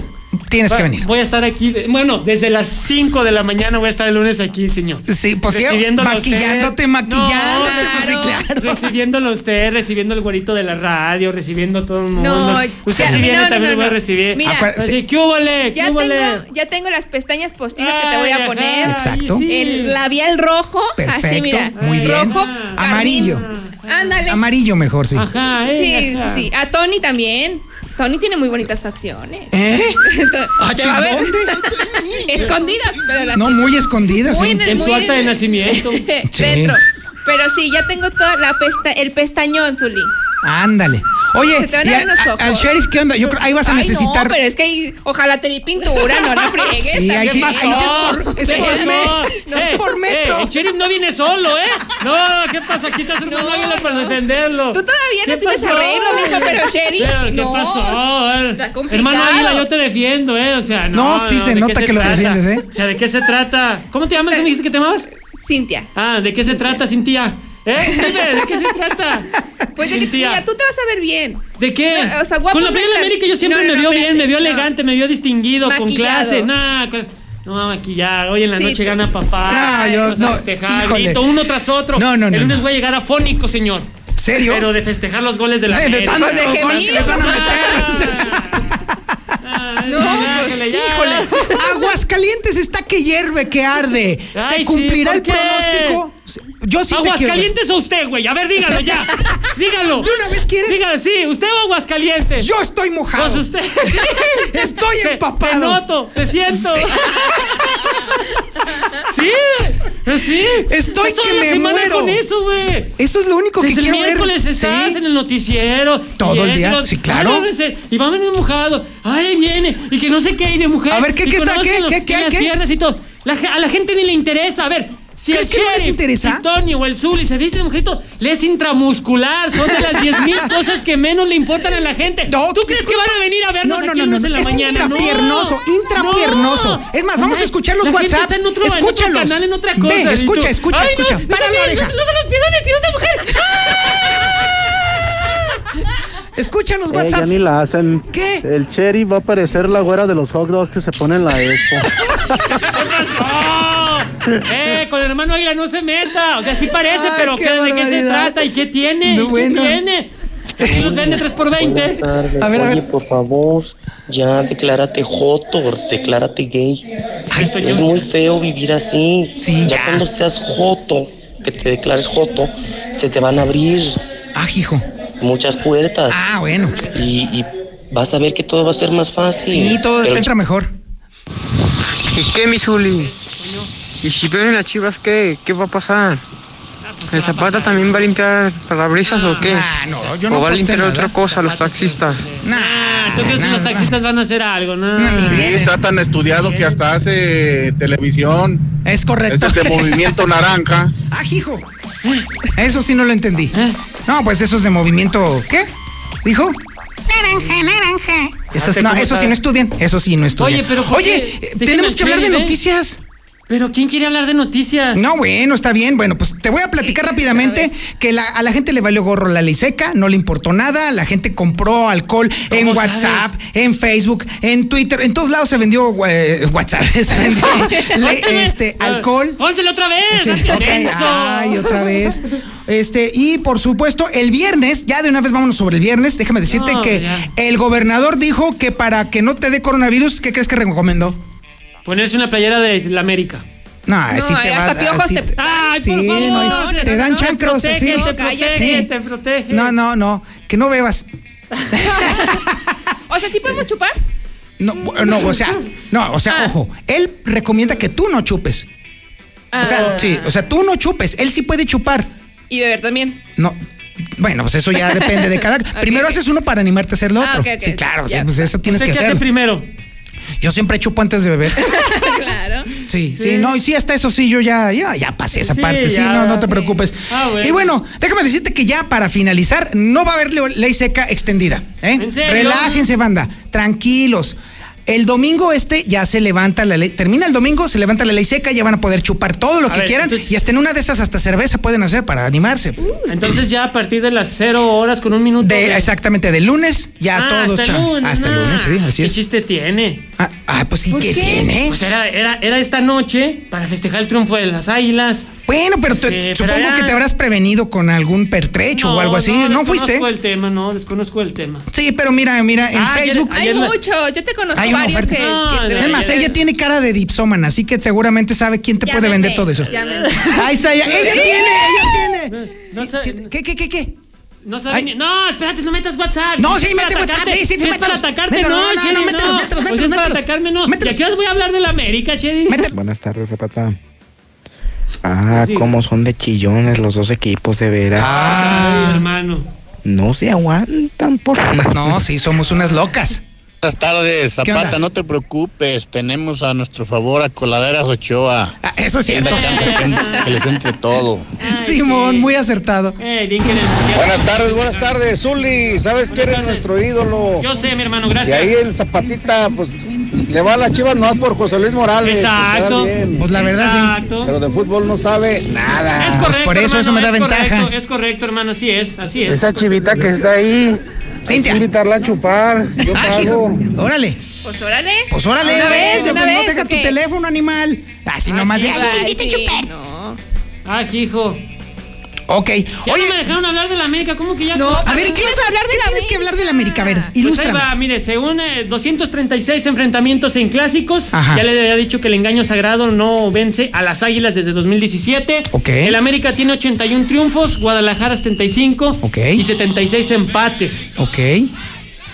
Speaker 3: Tienes
Speaker 4: Va-
Speaker 3: que venir.
Speaker 4: Voy a estar aquí. de- bueno, desde las 5 de la mañana voy a estar el lunes aquí, señor.
Speaker 3: Sí, pues sí,
Speaker 4: Recibiéndolo a usted.
Speaker 3: maquillándote, maquillando.
Speaker 4: No,
Speaker 3: Sí, claro.
Speaker 4: Recibiéndolo a usted, recibiendo el güerito de la radio, recibiendo todo el mundo.
Speaker 6: No,
Speaker 4: usted
Speaker 6: ya-
Speaker 4: si viene
Speaker 6: no, no,
Speaker 4: también
Speaker 6: no,
Speaker 4: lo va a
Speaker 6: no.
Speaker 4: recibir.
Speaker 6: Mira. Acuérdate,
Speaker 4: Así, ¿qué hubole?
Speaker 6: Ya
Speaker 4: ¿Qué hubole?
Speaker 6: tengo, ya tengo las pestañas postizas que te voy a poner.
Speaker 3: Exacto. sí.
Speaker 6: El labial rojo. Así,
Speaker 3: Perfecto,
Speaker 6: mira.
Speaker 3: muy bien.
Speaker 6: Rojo.
Speaker 3: Amarillo.
Speaker 6: carmín. Ándale.
Speaker 3: Amarillo mejor, sí.
Speaker 4: Ajá,
Speaker 6: Sí, sí, sí. A Tony también. Tony tiene muy bonitas facciones.
Speaker 3: ¿Eh?
Speaker 6: Te va a ver. Escondidas, pero las
Speaker 3: No, muy escondidas. ¿eh?
Speaker 6: Muy
Speaker 3: sí.
Speaker 6: en el- En su muy acta en- de
Speaker 4: nacimiento.
Speaker 3: Sí.
Speaker 6: Dentro. Pero sí, ya tengo toda la pesta, el pestañón, Zuli.
Speaker 3: Ándale. Oye,
Speaker 6: Se te van
Speaker 3: y
Speaker 6: a
Speaker 3: a-
Speaker 6: ver los
Speaker 3: a-
Speaker 6: ojos.
Speaker 3: al sheriff, ¿qué onda? Yo creo ahí vas a
Speaker 6: Ay,
Speaker 3: necesitar.
Speaker 6: No, pero es que ahí, ojalá te di pintura, no la friegues.
Speaker 3: Sí, ahí
Speaker 6: también.
Speaker 3: sí-
Speaker 6: ¿Qué
Speaker 3: ahí sí es por- es
Speaker 4: ¿Qué
Speaker 3: por
Speaker 4: pasó? Eh,
Speaker 3: mes. No, es por metro.
Speaker 4: el sheriff no viene solo, ¿eh? No, ¿qué pasa? Aquí está su hermano Águila para defenderlo.
Speaker 6: Tú todavía no
Speaker 4: ¿Qué
Speaker 6: tienes
Speaker 4: pasó?
Speaker 6: arreglo, mijo, pero sheriff.
Speaker 4: Pero, ¿Qué
Speaker 6: no,
Speaker 4: pasó? A ver,
Speaker 6: Está complicado.
Speaker 4: Hermano Águila, yo te defiendo, ¿eh? O sea, no.
Speaker 3: No, sí se
Speaker 4: ¿de qué
Speaker 3: nota que lo defiendes, ¿eh?
Speaker 4: O sea, ¿de qué se trata? ¿Cómo te llamas? ¿Cómo dijiste que te llamabas?
Speaker 6: Cintia,
Speaker 4: Ah, ¿de qué se trata, Cintia? ¿Eh? Dime, ¿de qué se trata?
Speaker 6: pues de que
Speaker 4: Cintia.
Speaker 6: mira, tú te vas a ver bien.
Speaker 4: ¿De qué?
Speaker 6: No, o sea, guapo
Speaker 4: con la
Speaker 6: no
Speaker 4: playa de
Speaker 6: estás.
Speaker 4: América yo siempre
Speaker 6: No, no,
Speaker 4: me
Speaker 6: no,
Speaker 4: vio bien,
Speaker 6: espérate,
Speaker 4: me vio
Speaker 6: no.
Speaker 4: elegante, me vio distinguido, con
Speaker 6: Maquillado.
Speaker 4: clase. Nah, con- no va a maquillar. Hoy en la
Speaker 6: Sí,
Speaker 4: noche
Speaker 6: te-
Speaker 4: gana papá.
Speaker 3: Ah, yo-
Speaker 4: vamos a
Speaker 3: no,
Speaker 4: festejar,
Speaker 3: híjole.
Speaker 4: grito uno tras otro.
Speaker 3: No, no, no,
Speaker 4: El lunes
Speaker 3: no.
Speaker 4: voy a llegar afónico, señor.
Speaker 3: ¿Serio?
Speaker 4: Pero de festejar los goles de la
Speaker 3: Eh, de
Speaker 4: América.
Speaker 3: tanto
Speaker 4: No,
Speaker 3: gol que
Speaker 4: manches,
Speaker 3: van a
Speaker 4: ah,
Speaker 3: meter.
Speaker 4: ah,
Speaker 3: No, pues, híjole. Aguascalientes está que hierve, que arde.
Speaker 4: Ay,
Speaker 3: ¿Se
Speaker 4: sí,
Speaker 3: cumplirá
Speaker 4: ¿por
Speaker 3: el
Speaker 4: qué?
Speaker 3: pronóstico? Yo sí te quiero.
Speaker 4: Aguascalientes o usted, güey. A ver, dígalo ya. Dígalo.
Speaker 3: ¿De una vez quieres?
Speaker 4: Dígalo, sí. ¿Usted o Aguascalientes?
Speaker 3: Yo estoy mojado.
Speaker 4: Pues usted.
Speaker 3: Estoy
Speaker 4: Te-
Speaker 3: empapado.
Speaker 4: Te noto, te siento. Sí, güey. sí.
Speaker 3: Estoy
Speaker 4: Toda
Speaker 3: que
Speaker 4: la
Speaker 3: me
Speaker 4: semana
Speaker 3: muero.
Speaker 4: con eso, güey.
Speaker 3: Eso es lo único que
Speaker 4: Desde el
Speaker 3: quiero ver.
Speaker 4: miércoles estás
Speaker 3: Sí.
Speaker 4: en el noticiero.
Speaker 3: Todo
Speaker 4: y
Speaker 3: el día,
Speaker 4: entras,
Speaker 3: sí, claro.
Speaker 4: "Ay, no, no sé", Y va a venir mojado. Ay, viene. Y que no sé qué, y de mujer.
Speaker 3: A ver, ¿qué,
Speaker 4: y
Speaker 3: qué está,
Speaker 4: conozco
Speaker 3: qué,
Speaker 4: lo-
Speaker 3: qué,
Speaker 4: y
Speaker 3: qué,
Speaker 4: las
Speaker 3: qué?
Speaker 4: piernas y todo. La ge- a la gente ni le interesa. A ver. Si
Speaker 3: ¿Crees
Speaker 4: el
Speaker 3: que no les
Speaker 4: sheriff,
Speaker 3: interesa?
Speaker 4: si Tony o el Zuli se dicen mujerito, le es intramuscular. Son de las 10 mil cosas que menos le importan a la gente. ¿Tú crees que van a venir a vernos
Speaker 3: No, no,
Speaker 4: aquí
Speaker 3: no,
Speaker 4: el
Speaker 3: no.
Speaker 4: lunes en la
Speaker 3: es
Speaker 4: mañana? No.
Speaker 3: intrapiernoso, intrapiernoso.
Speaker 4: No.
Speaker 3: Es más, vamos a
Speaker 4: Ay,
Speaker 3: escuchar los
Speaker 4: la gente
Speaker 3: WhatsApps.
Speaker 4: está en otro- en otro
Speaker 3: Escúchalos.
Speaker 4: canal, en otra cosa,
Speaker 3: Ven,
Speaker 4: y
Speaker 3: escucha,
Speaker 4: tú,
Speaker 3: escucha,
Speaker 4: "Ay, no,
Speaker 3: escucha.
Speaker 4: no
Speaker 3: Para
Speaker 4: se
Speaker 3: la
Speaker 4: le-
Speaker 3: oreja.
Speaker 4: no- no se les pierdan el tiro de mujer.
Speaker 3: Escucha los
Speaker 25: Eh, ya
Speaker 3: WhatsApps.
Speaker 25: ni la hacen.
Speaker 3: ¿Qué?
Speaker 25: El Cherry va a parecer la güera de los hot dogs que se pone en la expo.
Speaker 4: Eh, con el hermano Águila no se meta. O sea, sí parece,
Speaker 3: Ay,
Speaker 4: pero
Speaker 3: qué
Speaker 4: ¿qué- ¿de qué se
Speaker 3: barbaridad.
Speaker 4: trata? ¿Y qué tiene?
Speaker 3: No,
Speaker 4: ¿Y qué
Speaker 3: bueno.
Speaker 4: tiene? ¿Y los vende 3 por 20?
Speaker 26: tardes.
Speaker 3: A ver, a
Speaker 26: Oye,
Speaker 3: ver.
Speaker 26: por favor, ya declárate jotor, declárate gay. es muy feo vivir así. ya, cuando seas joto, que te declares joto, se te van a abrir
Speaker 3: Ah, hijo.
Speaker 26: muchas puertas.
Speaker 3: Ah, bueno.
Speaker 26: Y, y vas a ver que todo va a ser más fácil.
Speaker 3: Sí, todo
Speaker 26: Pero
Speaker 3: te entra mejor.
Speaker 23: ¿Y qué, mi Zuli? ¿Y si pierden las chivas, qué? ¿Qué va a pasar?
Speaker 4: Ah, pues,
Speaker 23: ¿El Zapata también va a limpiar parabrisas o qué?
Speaker 3: no, yo
Speaker 23: ¿O
Speaker 3: no
Speaker 23: va a
Speaker 3: aposté
Speaker 23: limpiar
Speaker 3: nada.
Speaker 23: otra cosa a los taxistas?
Speaker 4: Ah, ¿tú crees que los taxistas van a hacer algo? No.
Speaker 13: Sí, está tan estudiado que hasta hace televisión.
Speaker 3: Es correcto.
Speaker 13: Es de movimiento naranja.
Speaker 3: Ah, hijo. Eso sí no lo entendí.
Speaker 4: ¿Eh?
Speaker 3: No, pues eso es de movimiento. ¿Qué? ¿Dijo?
Speaker 13: Naranja, naranja.
Speaker 3: Eso, es-
Speaker 4: Ah, sé
Speaker 3: no,
Speaker 4: cómo
Speaker 3: eso sí
Speaker 4: sabe.
Speaker 3: no estudian. Eso sí no estudian.
Speaker 4: Oye, pero ¿por
Speaker 3: Oye,
Speaker 4: qué?
Speaker 3: eh,
Speaker 4: Dejen
Speaker 3: tenemos
Speaker 4: al
Speaker 3: que hablar de
Speaker 4: sheriff, ¿eh?
Speaker 3: noticias.
Speaker 4: Pero ¿quién quiere hablar de noticias?
Speaker 3: No, bueno, está bien. Bueno, pues te voy a platicar rápidamente que la- a la gente le valió gorro la ley seca, no le importó nada, la gente compró alcohol en
Speaker 4: ¿Cómo
Speaker 3: WhatsApp, en Facebook, en Twitter, en todos lados se vendió eh, WhatsApp, se vendió le- este, alcohol.
Speaker 4: Pues, Ah, Pónselo otra vez.
Speaker 3: Sí,
Speaker 4: no seas
Speaker 3: ok,
Speaker 4: menso.
Speaker 3: Ay, otra vez. Este, y por supuesto, el viernes, ya de una vez vámonos sobre el viernes, déjame decirte
Speaker 4: No,
Speaker 3: que
Speaker 4: ya.
Speaker 3: el gobernador dijo que para que no te dé coronavirus, ¿qué crees que recomendó?
Speaker 4: Ponerse una playera de la América.
Speaker 3: No, Ah, sí te va-
Speaker 6: eh, hasta piojos
Speaker 3: sí
Speaker 6: te-
Speaker 3: te-
Speaker 4: Ay,
Speaker 3: sí,
Speaker 4: por favor.
Speaker 3: no, te dan chancros,
Speaker 4: Protege,
Speaker 3: sí.
Speaker 4: Te protege,
Speaker 3: Sí.
Speaker 4: te protege.
Speaker 3: No, no, no, que no bebas.
Speaker 6: O sea, ¿sí podemos chupar?
Speaker 3: No, no, o sea, no, o sea, ojo, él recomienda que tú no chupes. O sea,
Speaker 6: Ah.
Speaker 3: sí, o sea, tú no chupes, él sí puede chupar.
Speaker 6: Y beber también.
Speaker 3: No. Bueno, pues eso ya depende de cada.
Speaker 6: Ok,
Speaker 3: primero
Speaker 6: ok.
Speaker 3: haces uno para animarte a hacer lo
Speaker 6: Ah,
Speaker 3: otro.
Speaker 6: ok, ok.
Speaker 3: Sí, claro, sí,
Speaker 6: Ya.
Speaker 3: pues eso tienes
Speaker 4: ¿Usted
Speaker 3: que
Speaker 4: qué hace
Speaker 3: hacer.
Speaker 4: primero?
Speaker 3: Yo siempre chupo antes de beber.
Speaker 6: claro.
Speaker 3: Sí, sí, no, y sí, hasta eso sí, yo ya, ya, ya pasé esa
Speaker 4: Sí,
Speaker 3: parte, sí,
Speaker 4: ya.
Speaker 3: no, no te preocupes.
Speaker 4: Ah, bueno.
Speaker 3: Y bueno, déjame decirte que ya para finalizar, no va a haber leo- ley seca extendida. ¿eh?
Speaker 4: ¿En serio?
Speaker 3: Relájense, banda, tranquilos. El domingo este ya se levanta la ley, termina el domingo, se levanta la ley seca, ya van a poder chupar todo lo
Speaker 4: A
Speaker 3: que
Speaker 4: ver,
Speaker 3: quieran
Speaker 4: entonces- Uh,
Speaker 3: y hasta en una de esas hasta cerveza pueden hacer para animarse. pues.
Speaker 4: Entonces ya a partir de las 0 horas con un minuto.
Speaker 3: De- exactamente, de lunes ya
Speaker 4: Ah,
Speaker 3: todos
Speaker 4: hasta el
Speaker 3: cha-
Speaker 4: lunes, ah.
Speaker 3: hasta el
Speaker 4: nah.
Speaker 3: lunes, sí, así
Speaker 4: ¿Qué
Speaker 3: es.
Speaker 4: chiste tiene?
Speaker 3: Ah, ah, pues sí, ¿qué tiene?
Speaker 4: Pues era, era, era esta noche para festejar el triunfo de las águilas.
Speaker 3: Bueno, pero
Speaker 4: Sí,
Speaker 3: te-
Speaker 4: pero
Speaker 3: supongo
Speaker 4: era-
Speaker 3: que te habrás prevenido con algún pertrecho o algo así. No, fuiste.
Speaker 4: Desconozco el tema, no, desconozco el tema.
Speaker 3: Sí, pero mira, mira, en
Speaker 4: Ah, ayer-
Speaker 3: Facebook.
Speaker 4: ayer
Speaker 6: Hay
Speaker 4: la- Ah,
Speaker 6: mucho. Yo te conozco
Speaker 3: Hay una
Speaker 6: varios
Speaker 3: oferta.
Speaker 6: que. que
Speaker 4: No,
Speaker 6: te-
Speaker 4: no,
Speaker 3: Es más,
Speaker 4: ayer-
Speaker 3: ella tiene cara de dipsómana, así que seguramente sabe quién te puede vender
Speaker 6: Llámenme,
Speaker 3: todo eso.
Speaker 6: llámenme.
Speaker 3: Ahí está, ella, ella
Speaker 6: Sí.
Speaker 3: tiene, ella tiene.
Speaker 4: No
Speaker 3: Sí,
Speaker 4: sabe-
Speaker 3: sí, ¿Qué, qué, qué, qué?
Speaker 4: No sabe
Speaker 3: Ay.
Speaker 4: ni- No, espérate, no metas WhatsApp.
Speaker 3: No,
Speaker 4: Si es
Speaker 3: sí,
Speaker 4: para
Speaker 3: mete WhatsApp,
Speaker 4: atacarte,
Speaker 3: sí, sí,
Speaker 4: si es para
Speaker 3: mételos.
Speaker 4: atacarte,
Speaker 3: Mételos,
Speaker 4: no,
Speaker 3: no, no,
Speaker 4: Sherry,
Speaker 3: no, mételos, mételos,
Speaker 4: Pues
Speaker 3: mételos,
Speaker 4: es para
Speaker 3: mételos.
Speaker 4: atacarme, no. ¿Y
Speaker 3: Mételos.
Speaker 4: a qué horas voy a hablar de la América, Sherry?
Speaker 3: Mételo.
Speaker 25: Buenas tardes, Zapata. Ah,
Speaker 4: Sí.
Speaker 25: cómo son de chillones los dos equipos, de veras.
Speaker 3: Ah.
Speaker 4: Ay, hermano.
Speaker 25: No se aguantan, por favor.
Speaker 3: No, sí, somos unas locas.
Speaker 27: Buenas tardes,
Speaker 3: ¿Qué onda?
Speaker 27: Zapata, no te preocupes, tenemos a nuestro favor a Coladeras Ochoa.
Speaker 3: Ah, eso es cierto.
Speaker 27: Denle chance que- que les entre todo.
Speaker 3: Simón, muy acertado.
Speaker 4: Eh, bien que le- ya-
Speaker 11: Buenas tardes, buenas tardes, Zuli. ¿Sabes quién es nuestro ídolo?
Speaker 4: Yo sé, mi hermano,
Speaker 11: Y ahí
Speaker 4: gracias.
Speaker 11: el zapatita, pues le va a las chivas no por José Luis Morales.
Speaker 4: Exacto.
Speaker 11: que queda bien.
Speaker 3: Pues la verdad, sí.
Speaker 4: Exacto.
Speaker 11: Pero de fútbol no sabe nada.
Speaker 4: Es correcto.
Speaker 3: Pues por eso,
Speaker 4: hermano,
Speaker 3: eso me da
Speaker 4: es correcto,
Speaker 3: ventaja.
Speaker 4: es correcto, hermano, así es, así es.
Speaker 11: Esa chivita que está ahí.
Speaker 3: Cintia.
Speaker 11: Invitarla a chupar. Yo
Speaker 3: Ah, hijo, órale.
Speaker 6: Pues órale.
Speaker 3: Pues órale,
Speaker 6: Una vez,
Speaker 3: vete,
Speaker 6: una
Speaker 3: pues, no
Speaker 6: vez,
Speaker 3: deja
Speaker 6: ¿o
Speaker 3: tu
Speaker 6: qué?
Speaker 3: teléfono, animal. Así nomás de.
Speaker 6: Ay,
Speaker 3: "Ay,
Speaker 6: sí,
Speaker 3: invita a chupar".
Speaker 6: No.
Speaker 4: Ah, hijo.
Speaker 3: Ok.
Speaker 4: Ya
Speaker 3: Oye,
Speaker 4: no me dejaron hablar de la América, ¿cómo que ya?
Speaker 3: No, a ver, Pues, ¿qué vas a hablar de la tienes que hablar de la América? A ver,
Speaker 4: Pues ahí
Speaker 3: ilústrame.
Speaker 4: va, mire, según eh, 236 enfrentamientos en clásicos,
Speaker 3: Ajá.
Speaker 4: ya le había dicho que el engaño sagrado no vence a las Águilas desde 2017.
Speaker 3: Ok.
Speaker 4: El América tiene 81 triunfos, Guadalajara 75
Speaker 3: Ok.
Speaker 4: y 76 empates.
Speaker 3: Ok.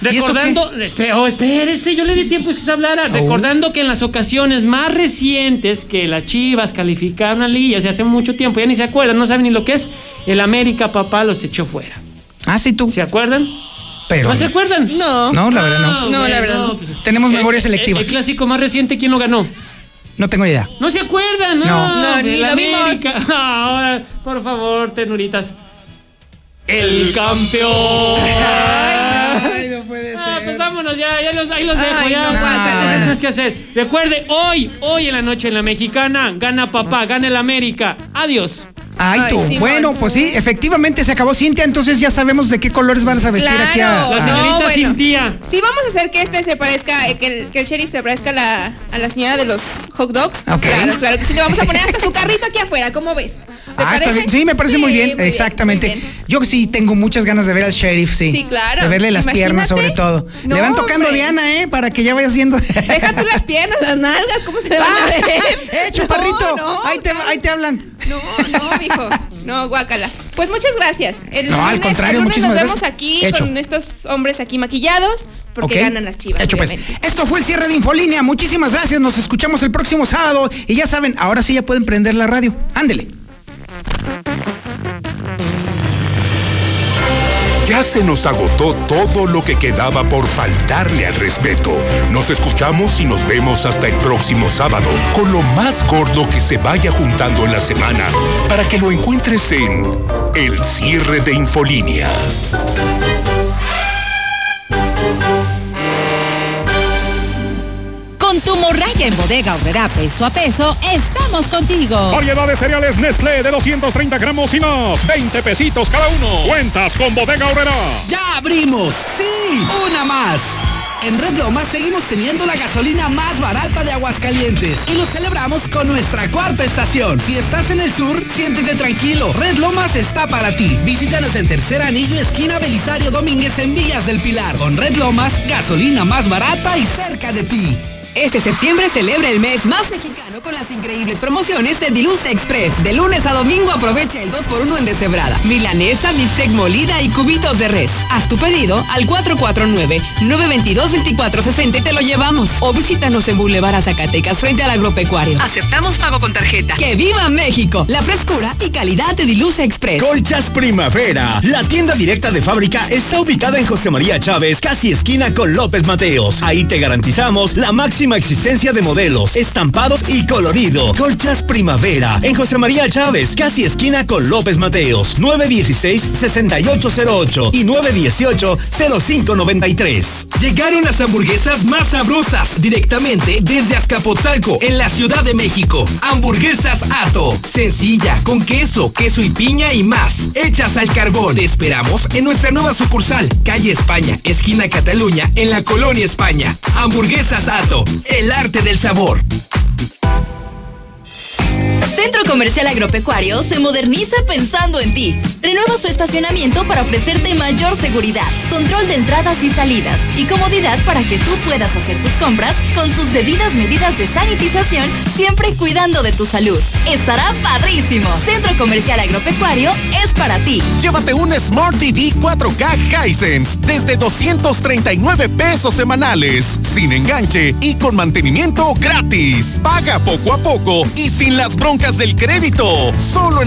Speaker 4: Recordando, espe- oh, espérese, yo le di tiempo que se hablara. Recordando que en las ocasiones más recientes que las Chivas calificaron a Liguilla, o sea, hace mucho tiempo, ya ni se acuerdan, no saben ni lo que es, el América, papá, los echó fuera.
Speaker 3: Ah, sí, tú.
Speaker 4: ¿Se acuerdan?
Speaker 3: Pero.
Speaker 4: ¿No se acuerdan?
Speaker 6: pues, No.
Speaker 3: No, la verdad no.
Speaker 6: No, la verdad no.
Speaker 3: Tenemos memoria
Speaker 4: Eh,
Speaker 3: selectiva.
Speaker 4: eh, El, clásico más reciente, ¿quién lo ganó?
Speaker 3: No tengo ni idea.
Speaker 4: No se acuerdan, ¿no?
Speaker 3: No.
Speaker 6: No, ni
Speaker 4: del
Speaker 6: lo vimos.
Speaker 4: América. Ahora, por favor, tenuritas. El campeón.
Speaker 3: Ay, no puede
Speaker 4: Ah, pues vámonos ya, ya los, ahí los dejo.
Speaker 6: Ay,
Speaker 4: ya,
Speaker 6: no, guaca,
Speaker 4: Ustedes
Speaker 6: bueno.
Speaker 4: tienen que hacer. Recuerde, hoy, hoy en la noche en la mexicana, gana papá, gana el América. Adiós.
Speaker 3: Ay,
Speaker 4: Ay,
Speaker 3: tú.
Speaker 4: Simón.
Speaker 3: bueno, pues sí, efectivamente se acabó Cintia, entonces ya sabemos de qué colores vas a vestir aquí a.
Speaker 6: Claro.
Speaker 3: a-
Speaker 6: No, Ah, bueno.
Speaker 4: Cintia.
Speaker 6: Sí, vamos a hacer que este se parezca, eh, que el, que el sheriff se parezca a la, a la señora de los hot dogs.
Speaker 3: Ok.
Speaker 6: Claro, claro que sí. Le vamos a poner hasta su carrito aquí afuera, ¿cómo ves? ¿Te
Speaker 3: Ah, está
Speaker 6: parece?
Speaker 3: bien. Sí, me parece muy
Speaker 6: Sí,
Speaker 3: bien,
Speaker 6: muy
Speaker 3: exactamente. Yo sí tengo muchas ganas de ver al sheriff, sí.
Speaker 6: Sí, claro.
Speaker 3: De verle las
Speaker 6: Imagínate.
Speaker 3: piernas, sobre todo.
Speaker 6: No,
Speaker 3: le van tocando
Speaker 6: hombre.
Speaker 3: Diana, ¿eh? Para que ya vaya haciendo.
Speaker 6: Deja tú las piernas, las nalgas, ¿cómo se le van a ver?
Speaker 3: ¡Eh,
Speaker 6: No,
Speaker 3: chuparrito!
Speaker 6: no,
Speaker 3: ahí, te, ahí te hablan.
Speaker 6: No, no, mijo. No, guácala. Pues muchas gracias. El
Speaker 3: No, al
Speaker 6: lunes-
Speaker 3: contrario,
Speaker 6: el lunes
Speaker 3: muchísimas
Speaker 6: Nos vemos
Speaker 3: gracias.
Speaker 6: aquí
Speaker 3: Hecho.
Speaker 6: con estos hombres aquí maquillados porque
Speaker 3: Ok.
Speaker 6: ganan las chivas.
Speaker 3: Hecho, pues.
Speaker 6: obviamente.
Speaker 3: Esto fue el cierre de Infolínea. Muchísimas gracias. Nos escuchamos el próximo sábado. Y ya saben, ahora sí ya pueden prender la radio. Ándele.
Speaker 2: Ya se nos agotó todo lo que quedaba por faltarle al respeto. Nos escuchamos y nos vemos hasta el próximo sábado con lo más gordo que se vaya juntando en la semana para que lo encuentres en El cierre de Infolínea.
Speaker 28: Con tu morraya en bodega Horrera peso a peso, estamos contigo.
Speaker 17: Variedad de cereales Nestlé de 230 gramos y más. 20 pesitos cada uno. Cuentas con Bodega Horrera.
Speaker 5: ¡Ya abrimos! ¡Sí! ¡Una más! En Red Lomas seguimos teniendo la gasolina más barata de Aguascalientes y lo celebramos con nuestra cuarta estación. Si estás en el sur, siéntete tranquilo. Red Lomas está para ti. Visítanos en Tercer Anillo, esquina Belisario Domínguez en Villas del Pilar. Con Red Lomas, gasolina más barata y cerca de ti.
Speaker 8: Este septiembre celebra el mes más mexicano con las increíbles promociones de Dilusa Express. De lunes a domingo aprovecha el 2x1 en deshebrada. Milanesa, bistec molida y cubitos de res. Haz tu pedido al 449-922-2460 y te lo llevamos. O visítanos en Boulevard a Zacatecas frente al agropecuario. Aceptamos pago con tarjeta. ¡Que viva México! La frescura y calidad de Dilusa Express.
Speaker 11: Colchas Primavera. La tienda directa de fábrica está ubicada en José María Chávez, casi esquina con López Mateos. Ahí te garantizamos la máxima existencia de modelos, estampados y colorido. Colchas Primavera. En José María Chávez, casi esquina con López Mateos. 916-6808 y 918-0593.
Speaker 29: Llegaron las hamburguesas más sabrosas directamente desde Azcapotzalco, en la Ciudad de México. Hamburguesas Ato, sencilla, con queso, queso y piña y más, hechas al carbón. Te esperamos en nuestra nueva sucursal, calle España, esquina Cataluña, en la colonia España. Hamburguesas Ato, el arte del sabor. Centro Comercial Agropecuario se moderniza pensando en ti. Renueva su estacionamiento para ofrecerte mayor seguridad, control de entradas y salidas y comodidad para que tú puedas hacer tus compras con sus debidas medidas de sanitización, siempre cuidando de tu salud. Estará parrísimo. Centro Comercial Agropecuario es para ti.
Speaker 13: Llévate un Smart TV 4K Hisense desde 239 pesos semanales, sin enganche y con mantenimiento gratis. Paga poco a poco y sin las broncas del crédito. Solo en